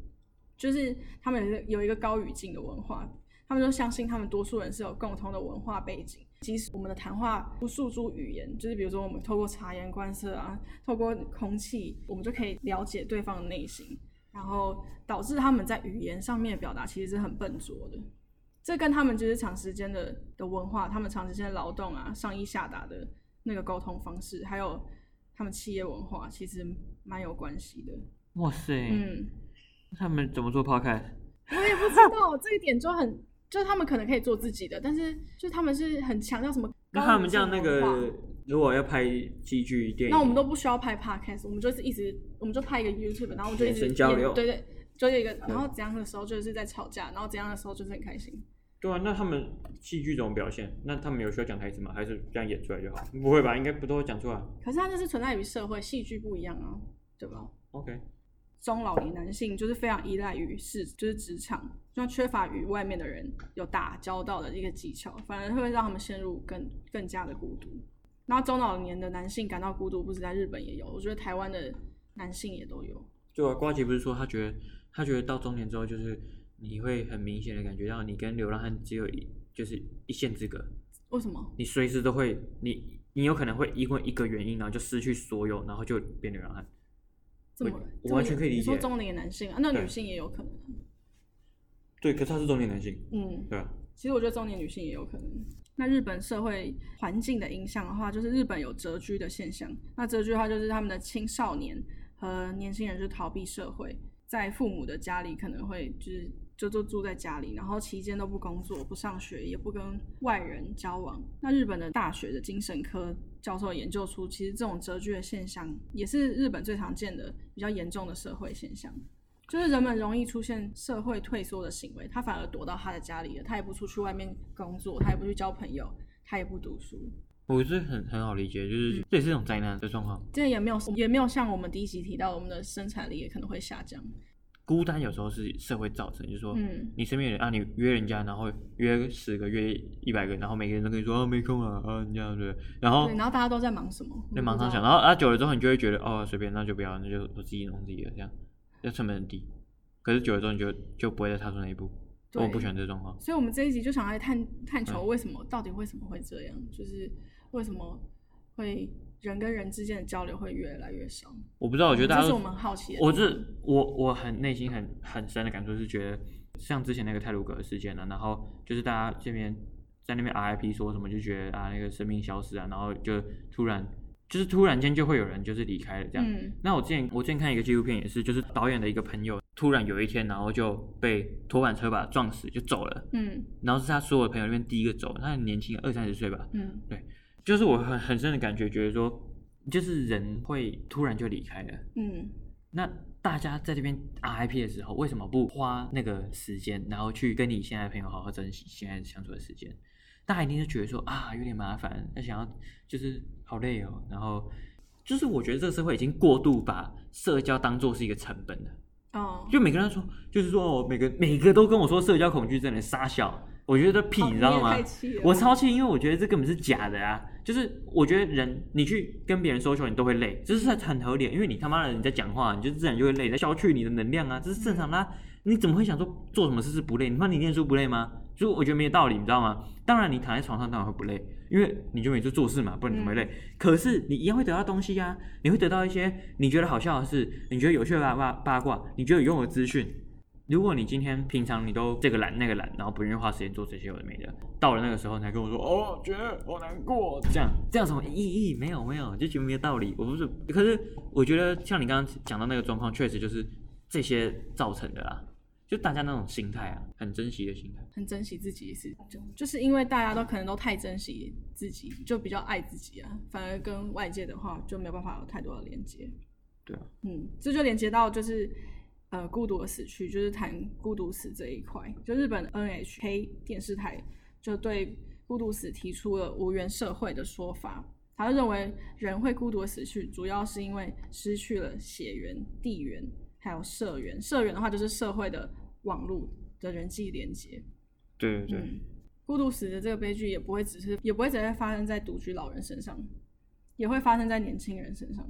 Speaker 1: 就是他们有一个有一个高语境的文化，他们就相信他们多数人是有共同的文化背景。即使我们的谈话不诉诸语言，就是比如说我们透过察言观色啊，透过空气，我们就可以了解对方的内心，然后导致他们在语言上面的表达其实是很笨拙的。这跟他们就是长时间的的文化，他们长时间的劳动啊，上医下达的那个沟通方式，还有他们企业文化，其实蛮有关系的。
Speaker 2: 哇塞，
Speaker 1: 嗯。
Speaker 2: 他们怎么做 podcast？
Speaker 1: 我也不知道这一点就很，就是他们可能可以做自己的，但是就是他们是很强调什么高
Speaker 2: 那
Speaker 1: 女性文化。
Speaker 2: 他们这样那个，如果要拍戏剧电影，
Speaker 1: 那我们都不需要拍 podcast，我们就是一直，我们就拍一个 YouTube，然后我们就一直
Speaker 2: 眼神交流
Speaker 1: 对对，就有一
Speaker 2: 嗯
Speaker 1: 个，然后怎样的时候就是在吵架，然后怎样的时候就是很开心。
Speaker 2: 对啊，那他们戏剧怎么表现？那他们有需要讲台词吗？还是这样演出来就好？不会吧？应该不都会讲出来
Speaker 1: 可是它就是存在于社会，戏剧不一样啊，对吧？
Speaker 2: ？OK，
Speaker 1: 中老年男性就是非常依赖于是就是职场，就缺乏与外面的人有打交道的一个技巧，反而会让他们陷入更更加的孤独。然后中老年的男性感到孤独，不止在日本也有，我觉得台湾的男性也都有。
Speaker 2: 就啊，瓜吉不是说他觉得他觉得到中年之后，就是你会很明显的感觉到你跟流浪汉只有一就是一线之隔，
Speaker 1: 为什么？
Speaker 2: 你随时都会你你有可能会因为一个原因，然后就失去所有，然后就变流浪汉。
Speaker 1: 这么
Speaker 2: 我
Speaker 1: 这么
Speaker 2: 我完全可以理解
Speaker 1: 你说中年男性啊，那
Speaker 2: 对
Speaker 1: 女性也有可能。
Speaker 2: 对，可是他是中年男性，
Speaker 1: 嗯，
Speaker 2: 对啊，
Speaker 1: 其实我觉得中年女性也有可能。那日本社会环境的影响的话，就是日本有蛰居的现象。那蛰居的话，就是他们的青少年和年轻人就逃避社会，在父母的家里可能会就是就就住在家里，然后期间都不工作、不上学，也不跟外人交往。那日本的大学的精神科教授研究出，其实这种蛰居的现象也是日本最常见的比较严重的社会现象。就是人们容易出现社会退缩的行为，他反而躲到他的家里了，他也不出去外面工作，他也不去交朋友，他也不读书，
Speaker 2: 我是很很好理解，就是这也是一种灾难的状况。
Speaker 1: 这也没有也没有像我们第一集提到，我们的生产力也可能会下降。
Speaker 2: 孤单有时候是社会造成，就是说，
Speaker 1: 嗯
Speaker 2: 你身边有人啊，你约人家，然后约十个、约一百个，然后每个人都跟你说啊没空啊啊这样对，然后
Speaker 1: 对，然后大家都在忙什么？
Speaker 2: 就马上想，
Speaker 1: 到，
Speaker 2: 然后啊久了之后，你就会觉得哦随便，那就不要，那就我自己弄自己的这样，要成本很低。可是久了之后，你就就不会再踏出那一步。哦
Speaker 1: 对
Speaker 2: 我不喜欢这状况。
Speaker 1: 所以我们这一集就想来探探求
Speaker 2: 嗯
Speaker 1: 为什么、到底为什么会这样，就是为什么会人跟人之间的交流会越来越少？嗯
Speaker 2: 我不知道，我觉得大
Speaker 1: 这
Speaker 2: 家
Speaker 1: 是
Speaker 2: 都
Speaker 1: 我们好奇的地方。
Speaker 2: 我这我我很内心很很深的感触是觉得，像之前那个泰鲁格事件呢、啊然后就是大家这边在那边 RIP 说什么，就觉得啊那个生命消失啊，然后就突然就是突然间就会有人就是离开了这样。
Speaker 1: 嗯
Speaker 2: 那我之前我之前看一个纪录片也是，就是导演的一个朋友突然有一天，然后就被拖板车把他撞死就走了，
Speaker 1: 嗯
Speaker 2: 然后是他所有的朋友里面第一个走，他很年轻，二三十岁吧，
Speaker 1: 嗯，
Speaker 2: 就是我很很深的感觉，觉得说就是人会突然就离开了。
Speaker 1: 嗯，
Speaker 2: 那大家在这边 RIP 的时候，为什么不花那个时间，然后去跟你现在的朋友好好珍惜现在相处的时间？大家一定是觉得说啊，有点麻烦，那想要就是好累哦，然后就是我觉得这个社会已经过度把社交当做是一个成本了，
Speaker 1: 哦，
Speaker 2: 就每个人都说，就是说哦，每个每个都跟我说社交恐惧症的傻小，我觉得这屁，
Speaker 1: 哦
Speaker 2: 你知道
Speaker 1: 也
Speaker 2: 吗
Speaker 1: 太？气了
Speaker 2: 我超气，因为我觉得这根本是假的啊！就是我觉得人，你去跟别人 social，你都会累，这是很合理的，因为你他妈的你在讲话，你就自然就会累，在消去你的能量啊，这是正常的、啊。你怎么会想说做什么事是不累？你怕你念书不累吗？所以我觉得没有道理，你知道吗？当然，你躺在床上当然会不累，因为你就每次做事嘛，不然你怎么会累？可是你一样会得到东西啊，你会得到一些你觉得好笑的事，你觉得有趣的八八八卦，你觉得有用的资讯。如果你今天平常你都这个懒那个懒，然后不愿意花时间做这些有的没的，到了那个时候你才跟我说哦，觉得好难过，这样这样什么意义没有没有，就觉得没有道理。我不是，可是我觉得像你刚刚讲到那个状况，确实就是这些造成的啦，就大家那种心态啊，很珍惜的心态。
Speaker 1: 很珍惜自己也是，就就是因为大家都可能都太珍惜自己，就比较爱自己啊，反而跟外界的话就没有办法有太多的连接。
Speaker 2: 对啊，
Speaker 1: 嗯，这就连接到就是呃孤独的死去，就是谈孤独死这一块。就日本 NHK 电视台就对孤独死提出了无缘社会的说法，他就认为人会孤独的死去，主要是因为失去了血缘、地缘还有社缘。社缘的话就是社会的网络的人际连接。
Speaker 2: 对对对，
Speaker 1: 嗯，孤独死的这个悲剧也不会只是，也不会只是发生在独居老人身上，也会发生在年轻人身上。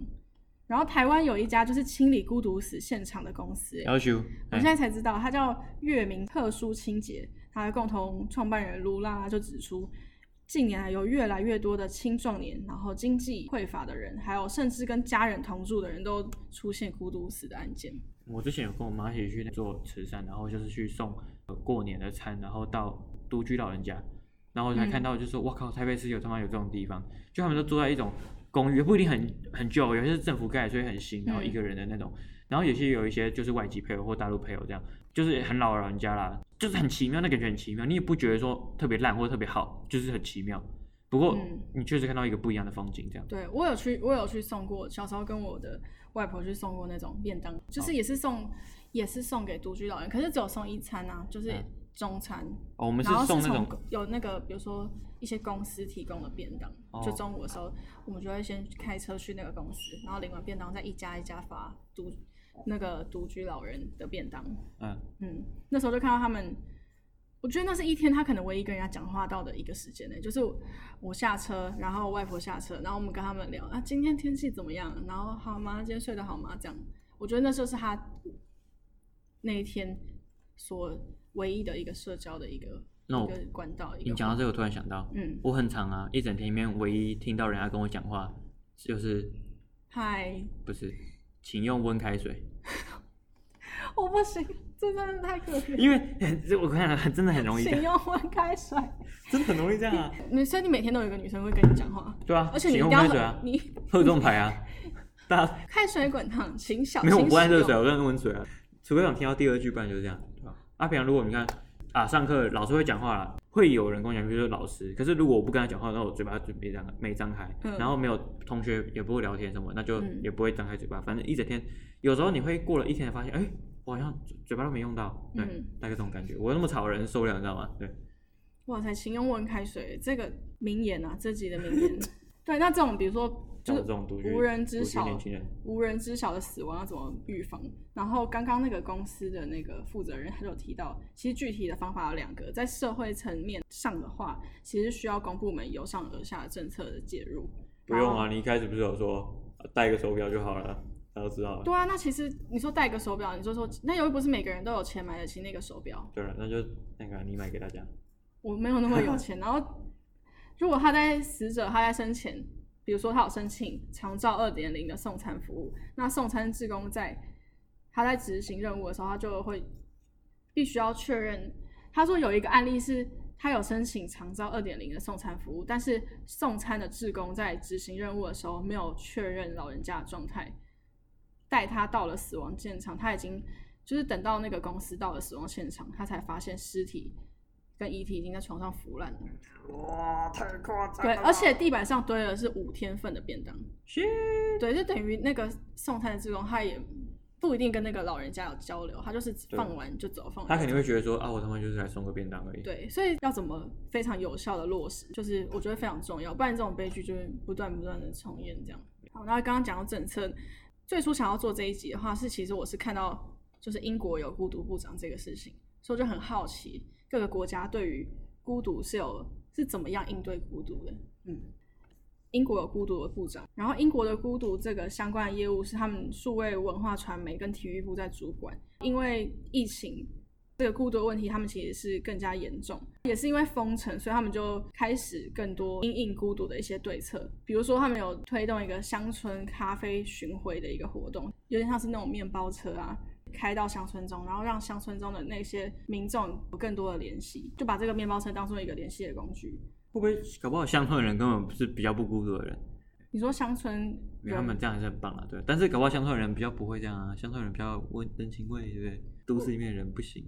Speaker 1: 然后台湾有一家就是清理孤独死现场的公司、欸
Speaker 2: 要求哎
Speaker 1: 我现在才知道，它叫月明特殊清洁，它的共同创办人卢拉就指出，近年来有越来越多的青壮年，然后经济匮乏的人，还有甚至跟家人同住的人都出现孤独死的案件。
Speaker 2: 我之前有跟我妈一起去做慈善，然后就是去送呃过年的餐，然后到独居老人家，然
Speaker 1: 嗯
Speaker 2: 后我才看到就是、哇靠，台北市有他妈有这种地方，就他们都住在一种公寓，不一定很很旧，有些是政府盖的，所以很新，
Speaker 1: 嗯
Speaker 2: 然后一个人的那种，然后有些有一些就是外籍配偶或大陆配偶这样，就是很老的老人家啦，就是很奇妙，那感觉很奇妙，你也不觉得说特别烂或特别好，就是很奇妙。不过、
Speaker 1: 嗯
Speaker 2: 你确实看到一个不一样的风景，这样。
Speaker 1: 对我有去，我有去送过，小时候跟我的外婆去送过那种便当，
Speaker 2: 哦
Speaker 1: 就是也是送，也是送给独居老人，可是只有送一餐啊，就是
Speaker 2: 嗯
Speaker 1: 中餐。
Speaker 2: 哦，我们是
Speaker 1: 然后
Speaker 2: 送
Speaker 1: 是
Speaker 2: 那
Speaker 1: 从
Speaker 2: 种
Speaker 1: 有那个，比如说一些公司提供的便当，就
Speaker 2: 哦
Speaker 1: 中午的时候，我们就会先开车去那个公司，然后领完便当再一家一家发独那个独居老人的便当。
Speaker 2: 嗯
Speaker 1: 嗯，那时候就看到他们，我觉得那是一天他可能唯一跟人家讲话到的一个时间呢，就是我下车，然后我外婆下车，然后我们跟他们聊啊，今天天气怎么样？然后好吗？今天睡得好吗？这样，我觉得那就是他那一天所唯一的一个社交的一个
Speaker 2: 那
Speaker 1: 一
Speaker 2: 我
Speaker 1: 个管道。一
Speaker 2: 你
Speaker 1: 个
Speaker 2: 讲到这个，我突然想到，
Speaker 1: 嗯，
Speaker 2: 我很常啊，一整天里面唯一听到人家跟我讲话就是
Speaker 1: 嗨，
Speaker 2: 不是，请用温开水，
Speaker 1: 我不行，这真的太可怜。
Speaker 2: 因为这我看了真的很容易，
Speaker 1: 请用温开水。
Speaker 2: 真的很容易这样啊，
Speaker 1: 你所以你每天都有一个女生会跟你讲话，
Speaker 2: 对啊，
Speaker 1: 而且你一
Speaker 2: 请用
Speaker 1: 定
Speaker 2: 温
Speaker 1: 要
Speaker 2: 开水啊
Speaker 1: 很，你
Speaker 2: 喝中牌啊，大家
Speaker 1: 开水滚烫，请小
Speaker 2: 没有我
Speaker 1: 心
Speaker 2: 不爱
Speaker 1: 使
Speaker 2: 热
Speaker 1: 用
Speaker 2: 水，我认温水啊，除非我想听到第二句，不然就是这样，对吧？啊，平常如果你看啊，上课老师会讲话啦，会有人跟我讲，就是老师，可是如果我不跟他讲话，那我嘴巴就没张没张开，
Speaker 1: 嗯
Speaker 2: 然后没有同学也不会聊天什么，那就
Speaker 1: 嗯
Speaker 2: 也不会张开嘴巴，反正一整天，有时候你会过了一天才发现，哎、我好像嘴嘴巴都没用到，对，
Speaker 1: 嗯
Speaker 2: 大概这种感觉。我那么吵的人受不了，你知道吗？对，
Speaker 1: 哇塞，请用温开水这个名言啊，这集的名言。 对，那这种比如说就
Speaker 2: 像我
Speaker 1: 是
Speaker 2: 这种独居
Speaker 1: 无人知晓
Speaker 2: 独居年轻人，
Speaker 1: 无人知晓的死亡要啊怎么预防？然后刚刚那个公司的那个负责人他就有提到，其实具体的方法有两个，在社会层面上的话，其实需要公部门由上而下的政策的介入。
Speaker 2: 不用
Speaker 1: 哦
Speaker 2: 啊，你一开始不是有说啊戴个手表就好了，大家都知道了。
Speaker 1: 对啊，那其实你说戴个手表，你就说那又不是每个人都有钱买得起那个手表，
Speaker 2: 对啊了，那就那个你买给大家。
Speaker 1: 我没有那么有钱。然后，如果他在死者他在生前，比如说他有申请长照二点零的送餐服务，那送餐志工在他在执行任务的时候，他就会必须要确认。他说有一个案例是，他有申请长照二点零的送餐服务，但是送餐的志工在执行任务的时候没有确认老人家的状态，带他到了死亡现场，他已经就是等到那个公司到了死亡现场，他才发现尸体跟遗体已经在床上腐烂了。
Speaker 2: 嗯哇，太夸张
Speaker 1: 对，而且地板上堆的是五天份的便当。对，就等于那个送餐的志工，他也不一定跟那个老人家有交流，他就是
Speaker 2: 对
Speaker 1: 放完就走，放完
Speaker 2: 他肯
Speaker 1: 就走
Speaker 2: 定会觉得说啊，我他妈就是来送个便当而已。，
Speaker 1: 对，所以要怎么非常有效的落实，就是我觉得非常重要，不然这种悲剧就会不断不断的重演这样。好，那刚刚讲到政策，最初想要做这一集的话，是其实我是看到就是英国有孤独部长这个事情，所以我就很好奇各个国家对于孤独是有是怎么样应对孤独的。嗯，英国有孤独的部长，然后英国的孤独这个相关的业务是他们数位文化传媒跟体育部在主管，因为疫情。这个孤独的问题，他们其实是更加严重，也是因为封城，所以他们就开始更多因应孤独的一些对策，比如说他们有推动一个乡村咖啡巡回的一个活动，有点像是那种面包车啊，开到乡村中，然后让乡村中的那些民众有更多的联系，就把这个面包车当做一个联系的工具。
Speaker 2: 会不会搞不好乡村的人根本不是比较不孤独的人，
Speaker 1: 你说乡村
Speaker 2: 因为他们
Speaker 1: 人，
Speaker 2: 这样还是很棒了，啊对。但是搞不好乡村的人比较不会这样啊，乡村人比较温人情味，对不对？都市里面的人不行，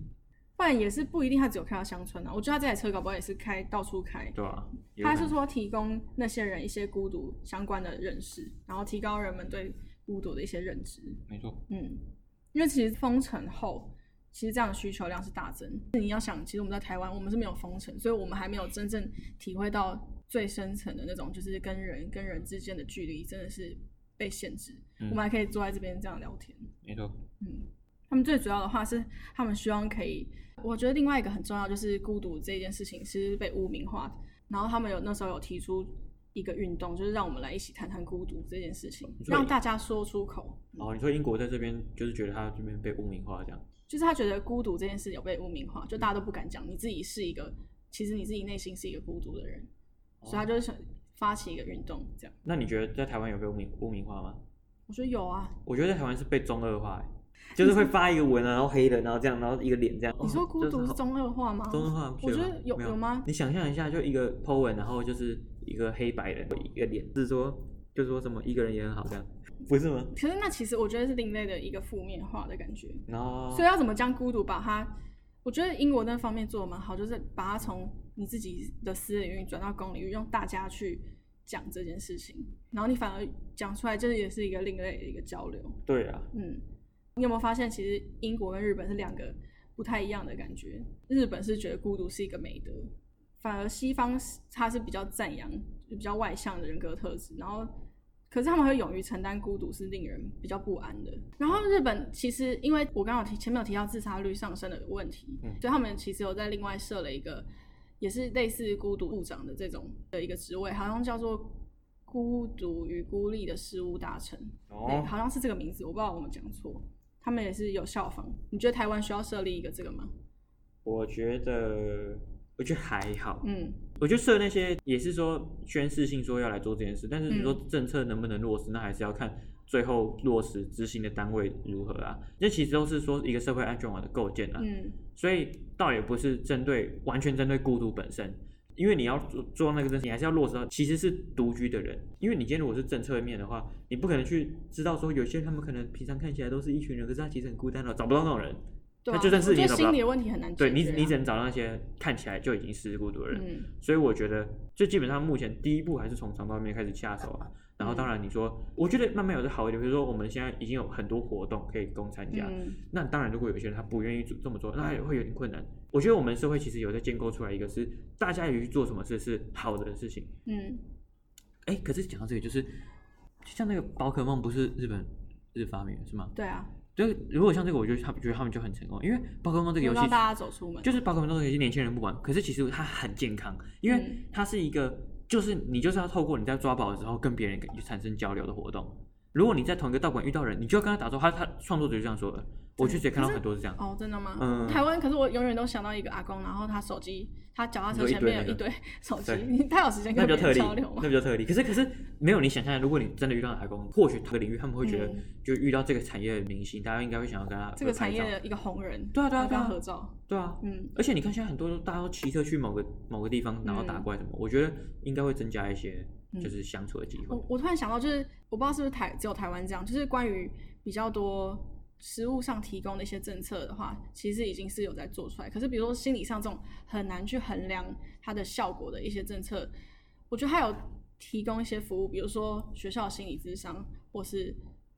Speaker 1: 不然也是不一定他只有开到乡村啊，我觉得他这台车搞不好也是开到处开，
Speaker 2: 对吧、有
Speaker 1: 他
Speaker 2: 可能
Speaker 1: 是说提供那些人一些孤独相关的认识，然后提高人们对孤独的一些认知。
Speaker 2: 没错，
Speaker 1: 嗯，因为其实封城后，其实这样的需求量是大增。你要想，其实我们在台湾，我们是没有封城，所以我们还没有真正体会到最深层的那种，就是跟人跟人之间的距离真的是被限制。
Speaker 2: 嗯
Speaker 1: 我们还可以坐在这边这样聊天。
Speaker 2: 没错，
Speaker 1: 嗯，他们最主要的话是，他们希望可以，我觉得另外一个很重要就是孤独这件事情是被污名化的，然后他们有那时候有提出一个运动，就是让我们来一起谈谈孤独这件事情
Speaker 2: 你，说
Speaker 1: 让大家说出口，
Speaker 2: 哦，你说英国在这边就是觉得他这边被污名化这样，
Speaker 1: 就是他觉得孤独这件事有被污名化，就大家都不敢讲，你自己是一个，其实你自己内心是一个孤独的人，
Speaker 2: 哦
Speaker 1: 所以他就是想发起一个运动，这样，
Speaker 2: 那你觉得在台湾有被污名污名化吗？
Speaker 1: 我觉得有啊，
Speaker 2: 我觉得在台湾是被中二化欸，就是会发一个文啊，然后黑的，然后这样，然后一个脸这样。
Speaker 1: 你说
Speaker 2: 哦
Speaker 1: 孤
Speaker 2: 就是
Speaker 1: 独是
Speaker 2: 好
Speaker 1: 中二化吗？
Speaker 2: 中二化，
Speaker 1: 哦我
Speaker 2: 是
Speaker 1: 觉
Speaker 2: 吧
Speaker 1: 得有
Speaker 2: 没有
Speaker 1: 有吗
Speaker 2: 你想象一下，就一个 po 文，然后就是一个黑白人，一个脸，是说就说什么一个人也很好这样，不是吗？
Speaker 1: 可是那其实我觉得是另类的一个负面化的感觉，
Speaker 2: 然后
Speaker 1: 所以要怎么将孤独把它？我觉得英国那方面做的蛮好，就是把它从你自己的私领域转到公领域，让大家去讲这件事情，然后你反而讲出来，这也是一个另类的一个交流。
Speaker 2: 对啊，
Speaker 1: 嗯，你有没有发现，其实英国跟日本是两个不太一样的感觉？日本是觉得孤独是一个美德，反而西方是它是比较赞扬比较外向的人格特质，然后可是他们会勇于承担孤独，是令人比较不安的。然后日本其实，因为我刚刚有提前面有提到自杀率上升的问题，
Speaker 2: 嗯
Speaker 1: 所以他们其实有在另外设了一个，也是类似孤独部长的这种的一个职位，好像叫做孤独与孤立的事务大臣，对，
Speaker 2: 哦，
Speaker 1: 好像是这个名字，我不知道我们讲错。他们也是有效仿，你觉得台湾需要设立一个这个吗？
Speaker 2: 我觉得我觉得还好，
Speaker 1: 嗯，
Speaker 2: 我觉得设那些也是说宣示性说要来做这件事，但是你
Speaker 1: 嗯
Speaker 2: 说政策能不能落实，那还是要看最后落实执行的单位如何啊。这其实都是说一个社会安全网的构建啊，
Speaker 1: 嗯，
Speaker 2: 所以倒也不是针对完全针对孤独本身。因为你要做做那个政策，你还是要落实到其实是独居的人。因为你今天如果是政策面的话，你不可能去知道说有些人他们可能平常看起来都是一群人，可是他其实很孤单了，哦找不到那种人。
Speaker 1: 对、啊，
Speaker 2: 那就算是
Speaker 1: 我觉
Speaker 2: 你
Speaker 1: 得
Speaker 2: 找不
Speaker 1: 心
Speaker 2: 到
Speaker 1: 理的问题很难解决、
Speaker 2: 对
Speaker 1: 啊。
Speaker 2: 你，你只能找到那些看起来就已经是孤独的人。
Speaker 1: 嗯
Speaker 2: 所以我觉得，就基本上目前第一步还是从肠道面开始下手啊。然
Speaker 1: 嗯
Speaker 2: 后当然你说，我觉得慢慢有的好一点，比如说我们现在已经有很多活动可以供参加。
Speaker 1: 嗯
Speaker 2: 那当然，如果有些人他不愿意做这么做，那也会有点困难。我觉得我们社会其实有在建构出来一个是大家有去做什么事是好的事情。
Speaker 1: 嗯，
Speaker 2: 哎，可是讲到这个，就是就像那个宝可梦不是日本日发明的是吗？
Speaker 1: 对啊，
Speaker 2: 对，如果像这个，我觉得他觉得他们就很成功，因为宝可梦这个游
Speaker 1: 有
Speaker 2: 戏
Speaker 1: 让大家走出门。
Speaker 2: 就是宝可梦这个游戏，年轻人不玩，可是其实它很健康，因为
Speaker 1: 嗯
Speaker 2: 它是一个，就是你就是要透过你在抓宝的时候跟别人产生交流的活动。如果你在同一个道馆遇到人，你就要跟他打招呼。他他创作者就这样说的，我确实也看到很多是这样。
Speaker 1: 哦，真的吗？
Speaker 2: 嗯
Speaker 1: 台湾可是我永远都想到一个阿公，然后他手机，他脚踏车
Speaker 2: 你说
Speaker 1: 前
Speaker 2: 一堆
Speaker 1: 面有一
Speaker 2: 那
Speaker 1: 堆手机，
Speaker 2: 对
Speaker 1: 你他有时间
Speaker 2: 那
Speaker 1: 跟
Speaker 2: 比
Speaker 1: 别
Speaker 2: 较特
Speaker 1: 人
Speaker 2: 例
Speaker 1: 交流，吗
Speaker 2: 那？比较特例。可是可是没有你想象，如果你真的遇到阿公，或许同个领域他们会觉得
Speaker 1: 嗯，
Speaker 2: 就遇到这个产业的明星，大家应该会想要跟他
Speaker 1: 这个
Speaker 2: 拍
Speaker 1: 产业
Speaker 2: 照
Speaker 1: 的一个红人，
Speaker 2: 对啊对啊
Speaker 1: 要跟他
Speaker 2: 对啊
Speaker 1: 合照，
Speaker 2: 对啊，
Speaker 1: 嗯，
Speaker 2: 而且你看，现在很多都大家都骑车去某个某个地方，然后
Speaker 1: 嗯
Speaker 2: 打怪什么，我觉得应该会增加一些就是相处的机会。
Speaker 1: 我我突然想到，就是我不知道是不是台只有台湾这样，就是关于比较多食物上提供的一些政策的话，其实已经是有在做出来。可是比如说心理上这种很难去衡量它的效果的一些政策，我觉得它有提供一些服务，比如说学校的心理咨商，或是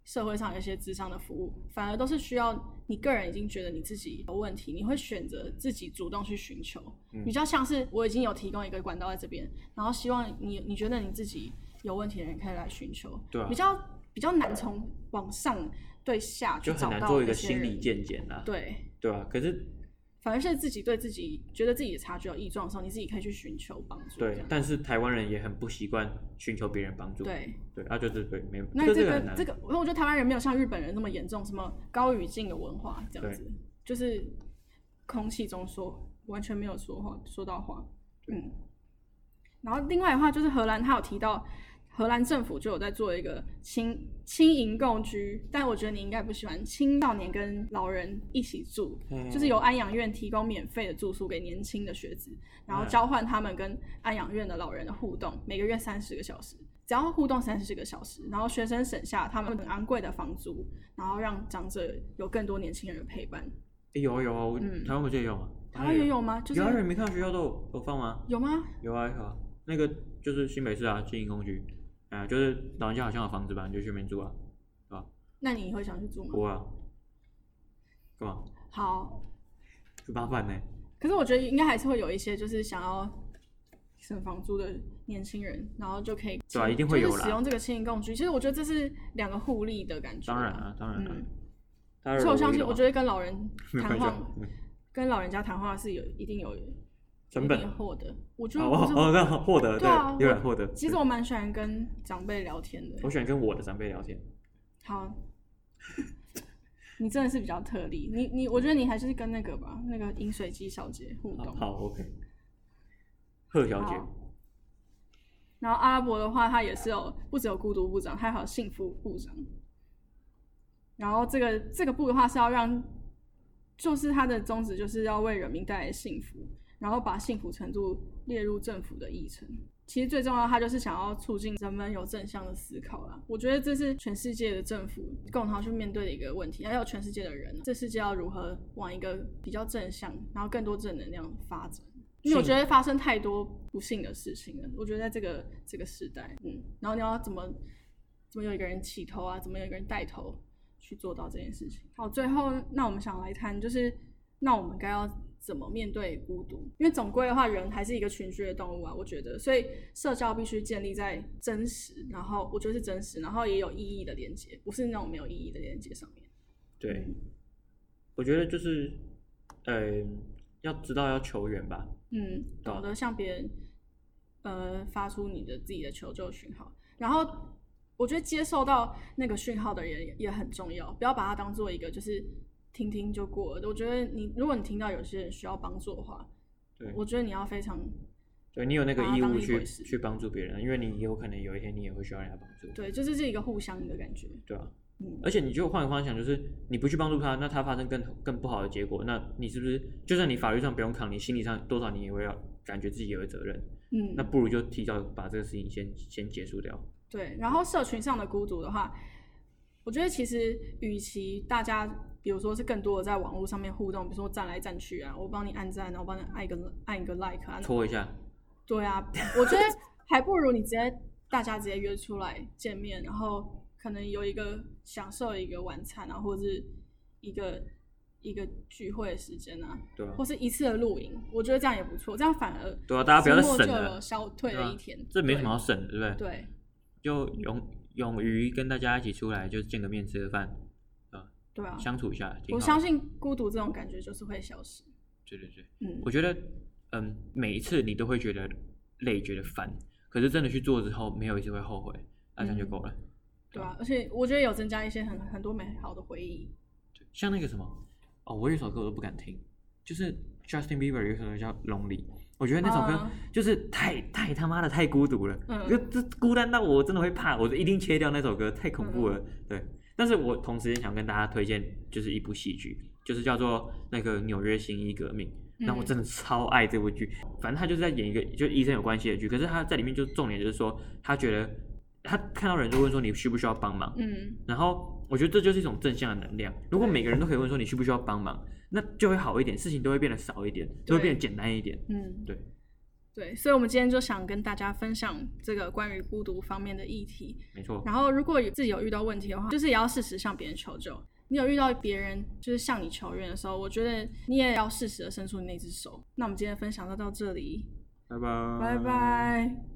Speaker 1: 社会上有一些咨商的服务，反而都是需要你个人已经觉得你自己有问题，你会选择自己主动去寻求。比较像是我已经有提供一个管道在这边，然后希望你你觉得你自己有问题的人可以来寻求，
Speaker 2: 对啊
Speaker 1: 比较比较难从往上对下去
Speaker 2: 就
Speaker 1: 找
Speaker 2: 很
Speaker 1: 到
Speaker 2: 难做一个
Speaker 1: 那些
Speaker 2: 心理
Speaker 1: 人
Speaker 2: 见解啦，
Speaker 1: 对，
Speaker 2: 对吧、可是
Speaker 1: 反而是自己对自己觉得自己的察觉有异状的时候，你自己可以去寻求帮助。这
Speaker 2: 对
Speaker 1: 样，
Speaker 2: 但是台湾人也很不习惯寻求别人帮助，
Speaker 1: 对，
Speaker 2: 对啊，就是对，没有，
Speaker 1: 那
Speaker 2: 这
Speaker 1: 这
Speaker 2: 个
Speaker 1: 个
Speaker 2: 很难，
Speaker 1: 这个，因为我觉得台湾人没有像日本人那么严重，什么高语境的文化这样子，就是空气中说完全没有说话说到话，嗯。然后另外的话就是荷兰，他有提到荷兰政府就有在做一个轻轻盈共居，但我觉得你应该不喜欢青少年跟老人一起住，
Speaker 2: 嗯
Speaker 1: 就是由安养院提供免费的住宿给年轻的学子，然后
Speaker 2: 嗯
Speaker 1: 交换他们跟安养院的老人的互动，每个月三十个小时，只要互动三十个小时，然后学生省下他们很昂贵的房租，然后让长者有更多年轻人的陪伴。
Speaker 2: 诶有啊有啊，我
Speaker 1: 嗯
Speaker 2: 台湾不就有吗？
Speaker 1: 台湾也有吗？就是
Speaker 2: 有啊，有啊你没看到学校都有有放吗？
Speaker 1: 有吗？
Speaker 2: 有啊有啊，那个就是新北市啊，经营工具，啊、就是老人家好像有房子吧，你就去那边住啊，
Speaker 1: 那你会想去住吗？
Speaker 2: 我啊，干嘛？
Speaker 1: 好，
Speaker 2: 很麻烦呢、
Speaker 1: 可是我觉得应该还是会有一些就是想要省房租的年轻人，然后就可以
Speaker 2: 对啊一定会有啦
Speaker 1: 就是使用这个轻盈共居。其实我觉得这是两个互利的感觉。
Speaker 2: 当然啊，当然啊。
Speaker 1: 嗯
Speaker 2: 当然
Speaker 1: 所以我
Speaker 2: 如果
Speaker 1: 相
Speaker 2: 遇
Speaker 1: 信，
Speaker 2: 到
Speaker 1: 我觉得跟老人
Speaker 2: 啊 没
Speaker 1: 谈
Speaker 2: 关系
Speaker 1: 话
Speaker 2: 啊，嗯
Speaker 1: 跟老人家谈话是有一定有
Speaker 2: 成本
Speaker 1: 一定获得。我觉得
Speaker 2: 哦
Speaker 1: 不是
Speaker 2: 哦，那获得
Speaker 1: 对啊
Speaker 2: 有
Speaker 1: 我
Speaker 2: 点获得。
Speaker 1: 其实我蛮喜欢跟长辈聊天的
Speaker 2: 对。我喜欢跟我的长辈聊天，
Speaker 1: 好，你真的是比较特例。你你，我觉得你还是跟那个吧，那个饮水机小姐互
Speaker 2: 好
Speaker 1: 动。
Speaker 2: 好 OK。贺小姐，
Speaker 1: 好然后阿拉伯的话，它也是有不只有孤独部长，它还有幸福部长。然后这个这个部的话是要让，就是它的宗旨就是要为人民带来幸福，然后把幸福程度列入政府的议程。其实最重要，它就是想要促进人们有正向的思考啦。我觉得这是全世界的政府共同去面对的一个问题，还有全世界的人，啊这世界要如何往一个比较正向，然后更多正能量发展。因为我觉得发生太多不幸的事情了。我觉得在这个这个时代，嗯，然后你要怎么怎么有一个人起头啊，怎么有一个人带头去做到这件事情。好，最后那我们想来谈，就是那我们该要怎么面对孤独，因为总归的话，人还是一个群居的动物啊，我觉得，所以社交必须建立在真实，然后我觉得是真实，然后也有意义的连接，不是那种没有意义的连接上面。
Speaker 2: 对，我觉得就是，呃，要知道要求援吧。
Speaker 1: 嗯，懂得向别人呃发出你的自己的求救讯号，然后我觉得接受到那个讯号的人也也很重要，不要把它当做一个就是听听就过了。我觉得你如果你听到有些人需要帮助的话，
Speaker 2: 对，
Speaker 1: 我觉得你要非常
Speaker 2: 对你有那个
Speaker 1: 把它
Speaker 2: 义
Speaker 1: 当
Speaker 2: 务
Speaker 1: 一
Speaker 2: 去
Speaker 1: 回事
Speaker 2: 去帮助别人啊，因为你有可能有一天你也会需要人家帮助。
Speaker 1: 对，就是这一个互相的感觉。
Speaker 2: 对啊，
Speaker 1: 嗯
Speaker 2: 而且你就换个方向，就是你不去帮助他，那他发生更更不好的结果，那你是不是就算你法律上不用扛，你心理上多少你也会要感觉自己有责任，那
Speaker 1: 嗯，
Speaker 2: 不如就提早把这个事情先先结束掉。
Speaker 1: 对。然后社群上的孤独的话，我觉得其实与其大家比如说是更多的在网络上面互动，比如说站来站去啊，我帮你按赞，然后帮你按一个按一个 like 啊，
Speaker 2: 戳一下，
Speaker 1: 对啊，我觉得还不如你直接大家直接约出来见面，然后可能有一个享受一个晚餐啊，或者是一个一个聚会的时间啊，
Speaker 2: 对啊
Speaker 1: 或，是一次的露营，我觉得这样也不错，这样反而
Speaker 2: 对啊，大家不要再
Speaker 1: 寂寞
Speaker 2: 省
Speaker 1: 就
Speaker 2: 了
Speaker 1: 有，消退
Speaker 2: 对
Speaker 1: 了
Speaker 2: 啊
Speaker 1: 一天，
Speaker 2: 这没什么好省的，对不对？
Speaker 1: 对。对
Speaker 2: 就勇勇于跟大家一起出来，就见个面吃个饭，
Speaker 1: 对啊，
Speaker 2: 相处一下。挺
Speaker 1: 我
Speaker 2: 好
Speaker 1: 相
Speaker 2: 的，
Speaker 1: 信孤独这种感觉就是会消失。
Speaker 2: 对对对，
Speaker 1: 嗯，
Speaker 2: 我觉得，嗯，每一次你都会觉得累，觉得烦，可是真的去做之后，没有一次会后悔，那这样就够了。
Speaker 1: 对啊，而且我觉得有增加一些很很多美好的回忆。
Speaker 2: 对像那个什么，哦，我有一首歌我都不敢听，就是 Justin Bieber 有一首歌叫《Lonely》，我觉得那首歌
Speaker 1: 啊
Speaker 2: 就是太、太他妈的太孤独了，
Speaker 1: 嗯
Speaker 2: 就这孤单到我真的会怕，我就一定切掉那首歌，太恐
Speaker 1: 嗯
Speaker 2: 怖了。对，但是我同时也想跟大家推荐，就是一部喜剧，就是叫做那个《纽约新一革命》。那我
Speaker 1: 嗯
Speaker 2: 真的超爱这部剧，反正他就是在演一个就医生有关系的剧，可是他在里面就重点就是说，他觉得他看到人就问说你需不需要帮忙，
Speaker 1: 嗯
Speaker 2: 然后我觉得这就是一种正向的能量。如果每个人都可以问说你需不需要帮忙，那就会好一点，事情都会变得少一点，都会变得简单一点。
Speaker 1: 嗯，
Speaker 2: 对
Speaker 1: 对，所以我们今天就想跟大家分享这个关于孤独方面的议题。
Speaker 2: 没错，
Speaker 1: 然后，如果有自己有遇到问题的话，就是也要适时向别人求救。你有遇到别人就是向你求援的时候，我觉得你也要适时的伸出你那只手。那我们今天的分享就到这里，
Speaker 2: 拜拜，
Speaker 1: 拜。拜。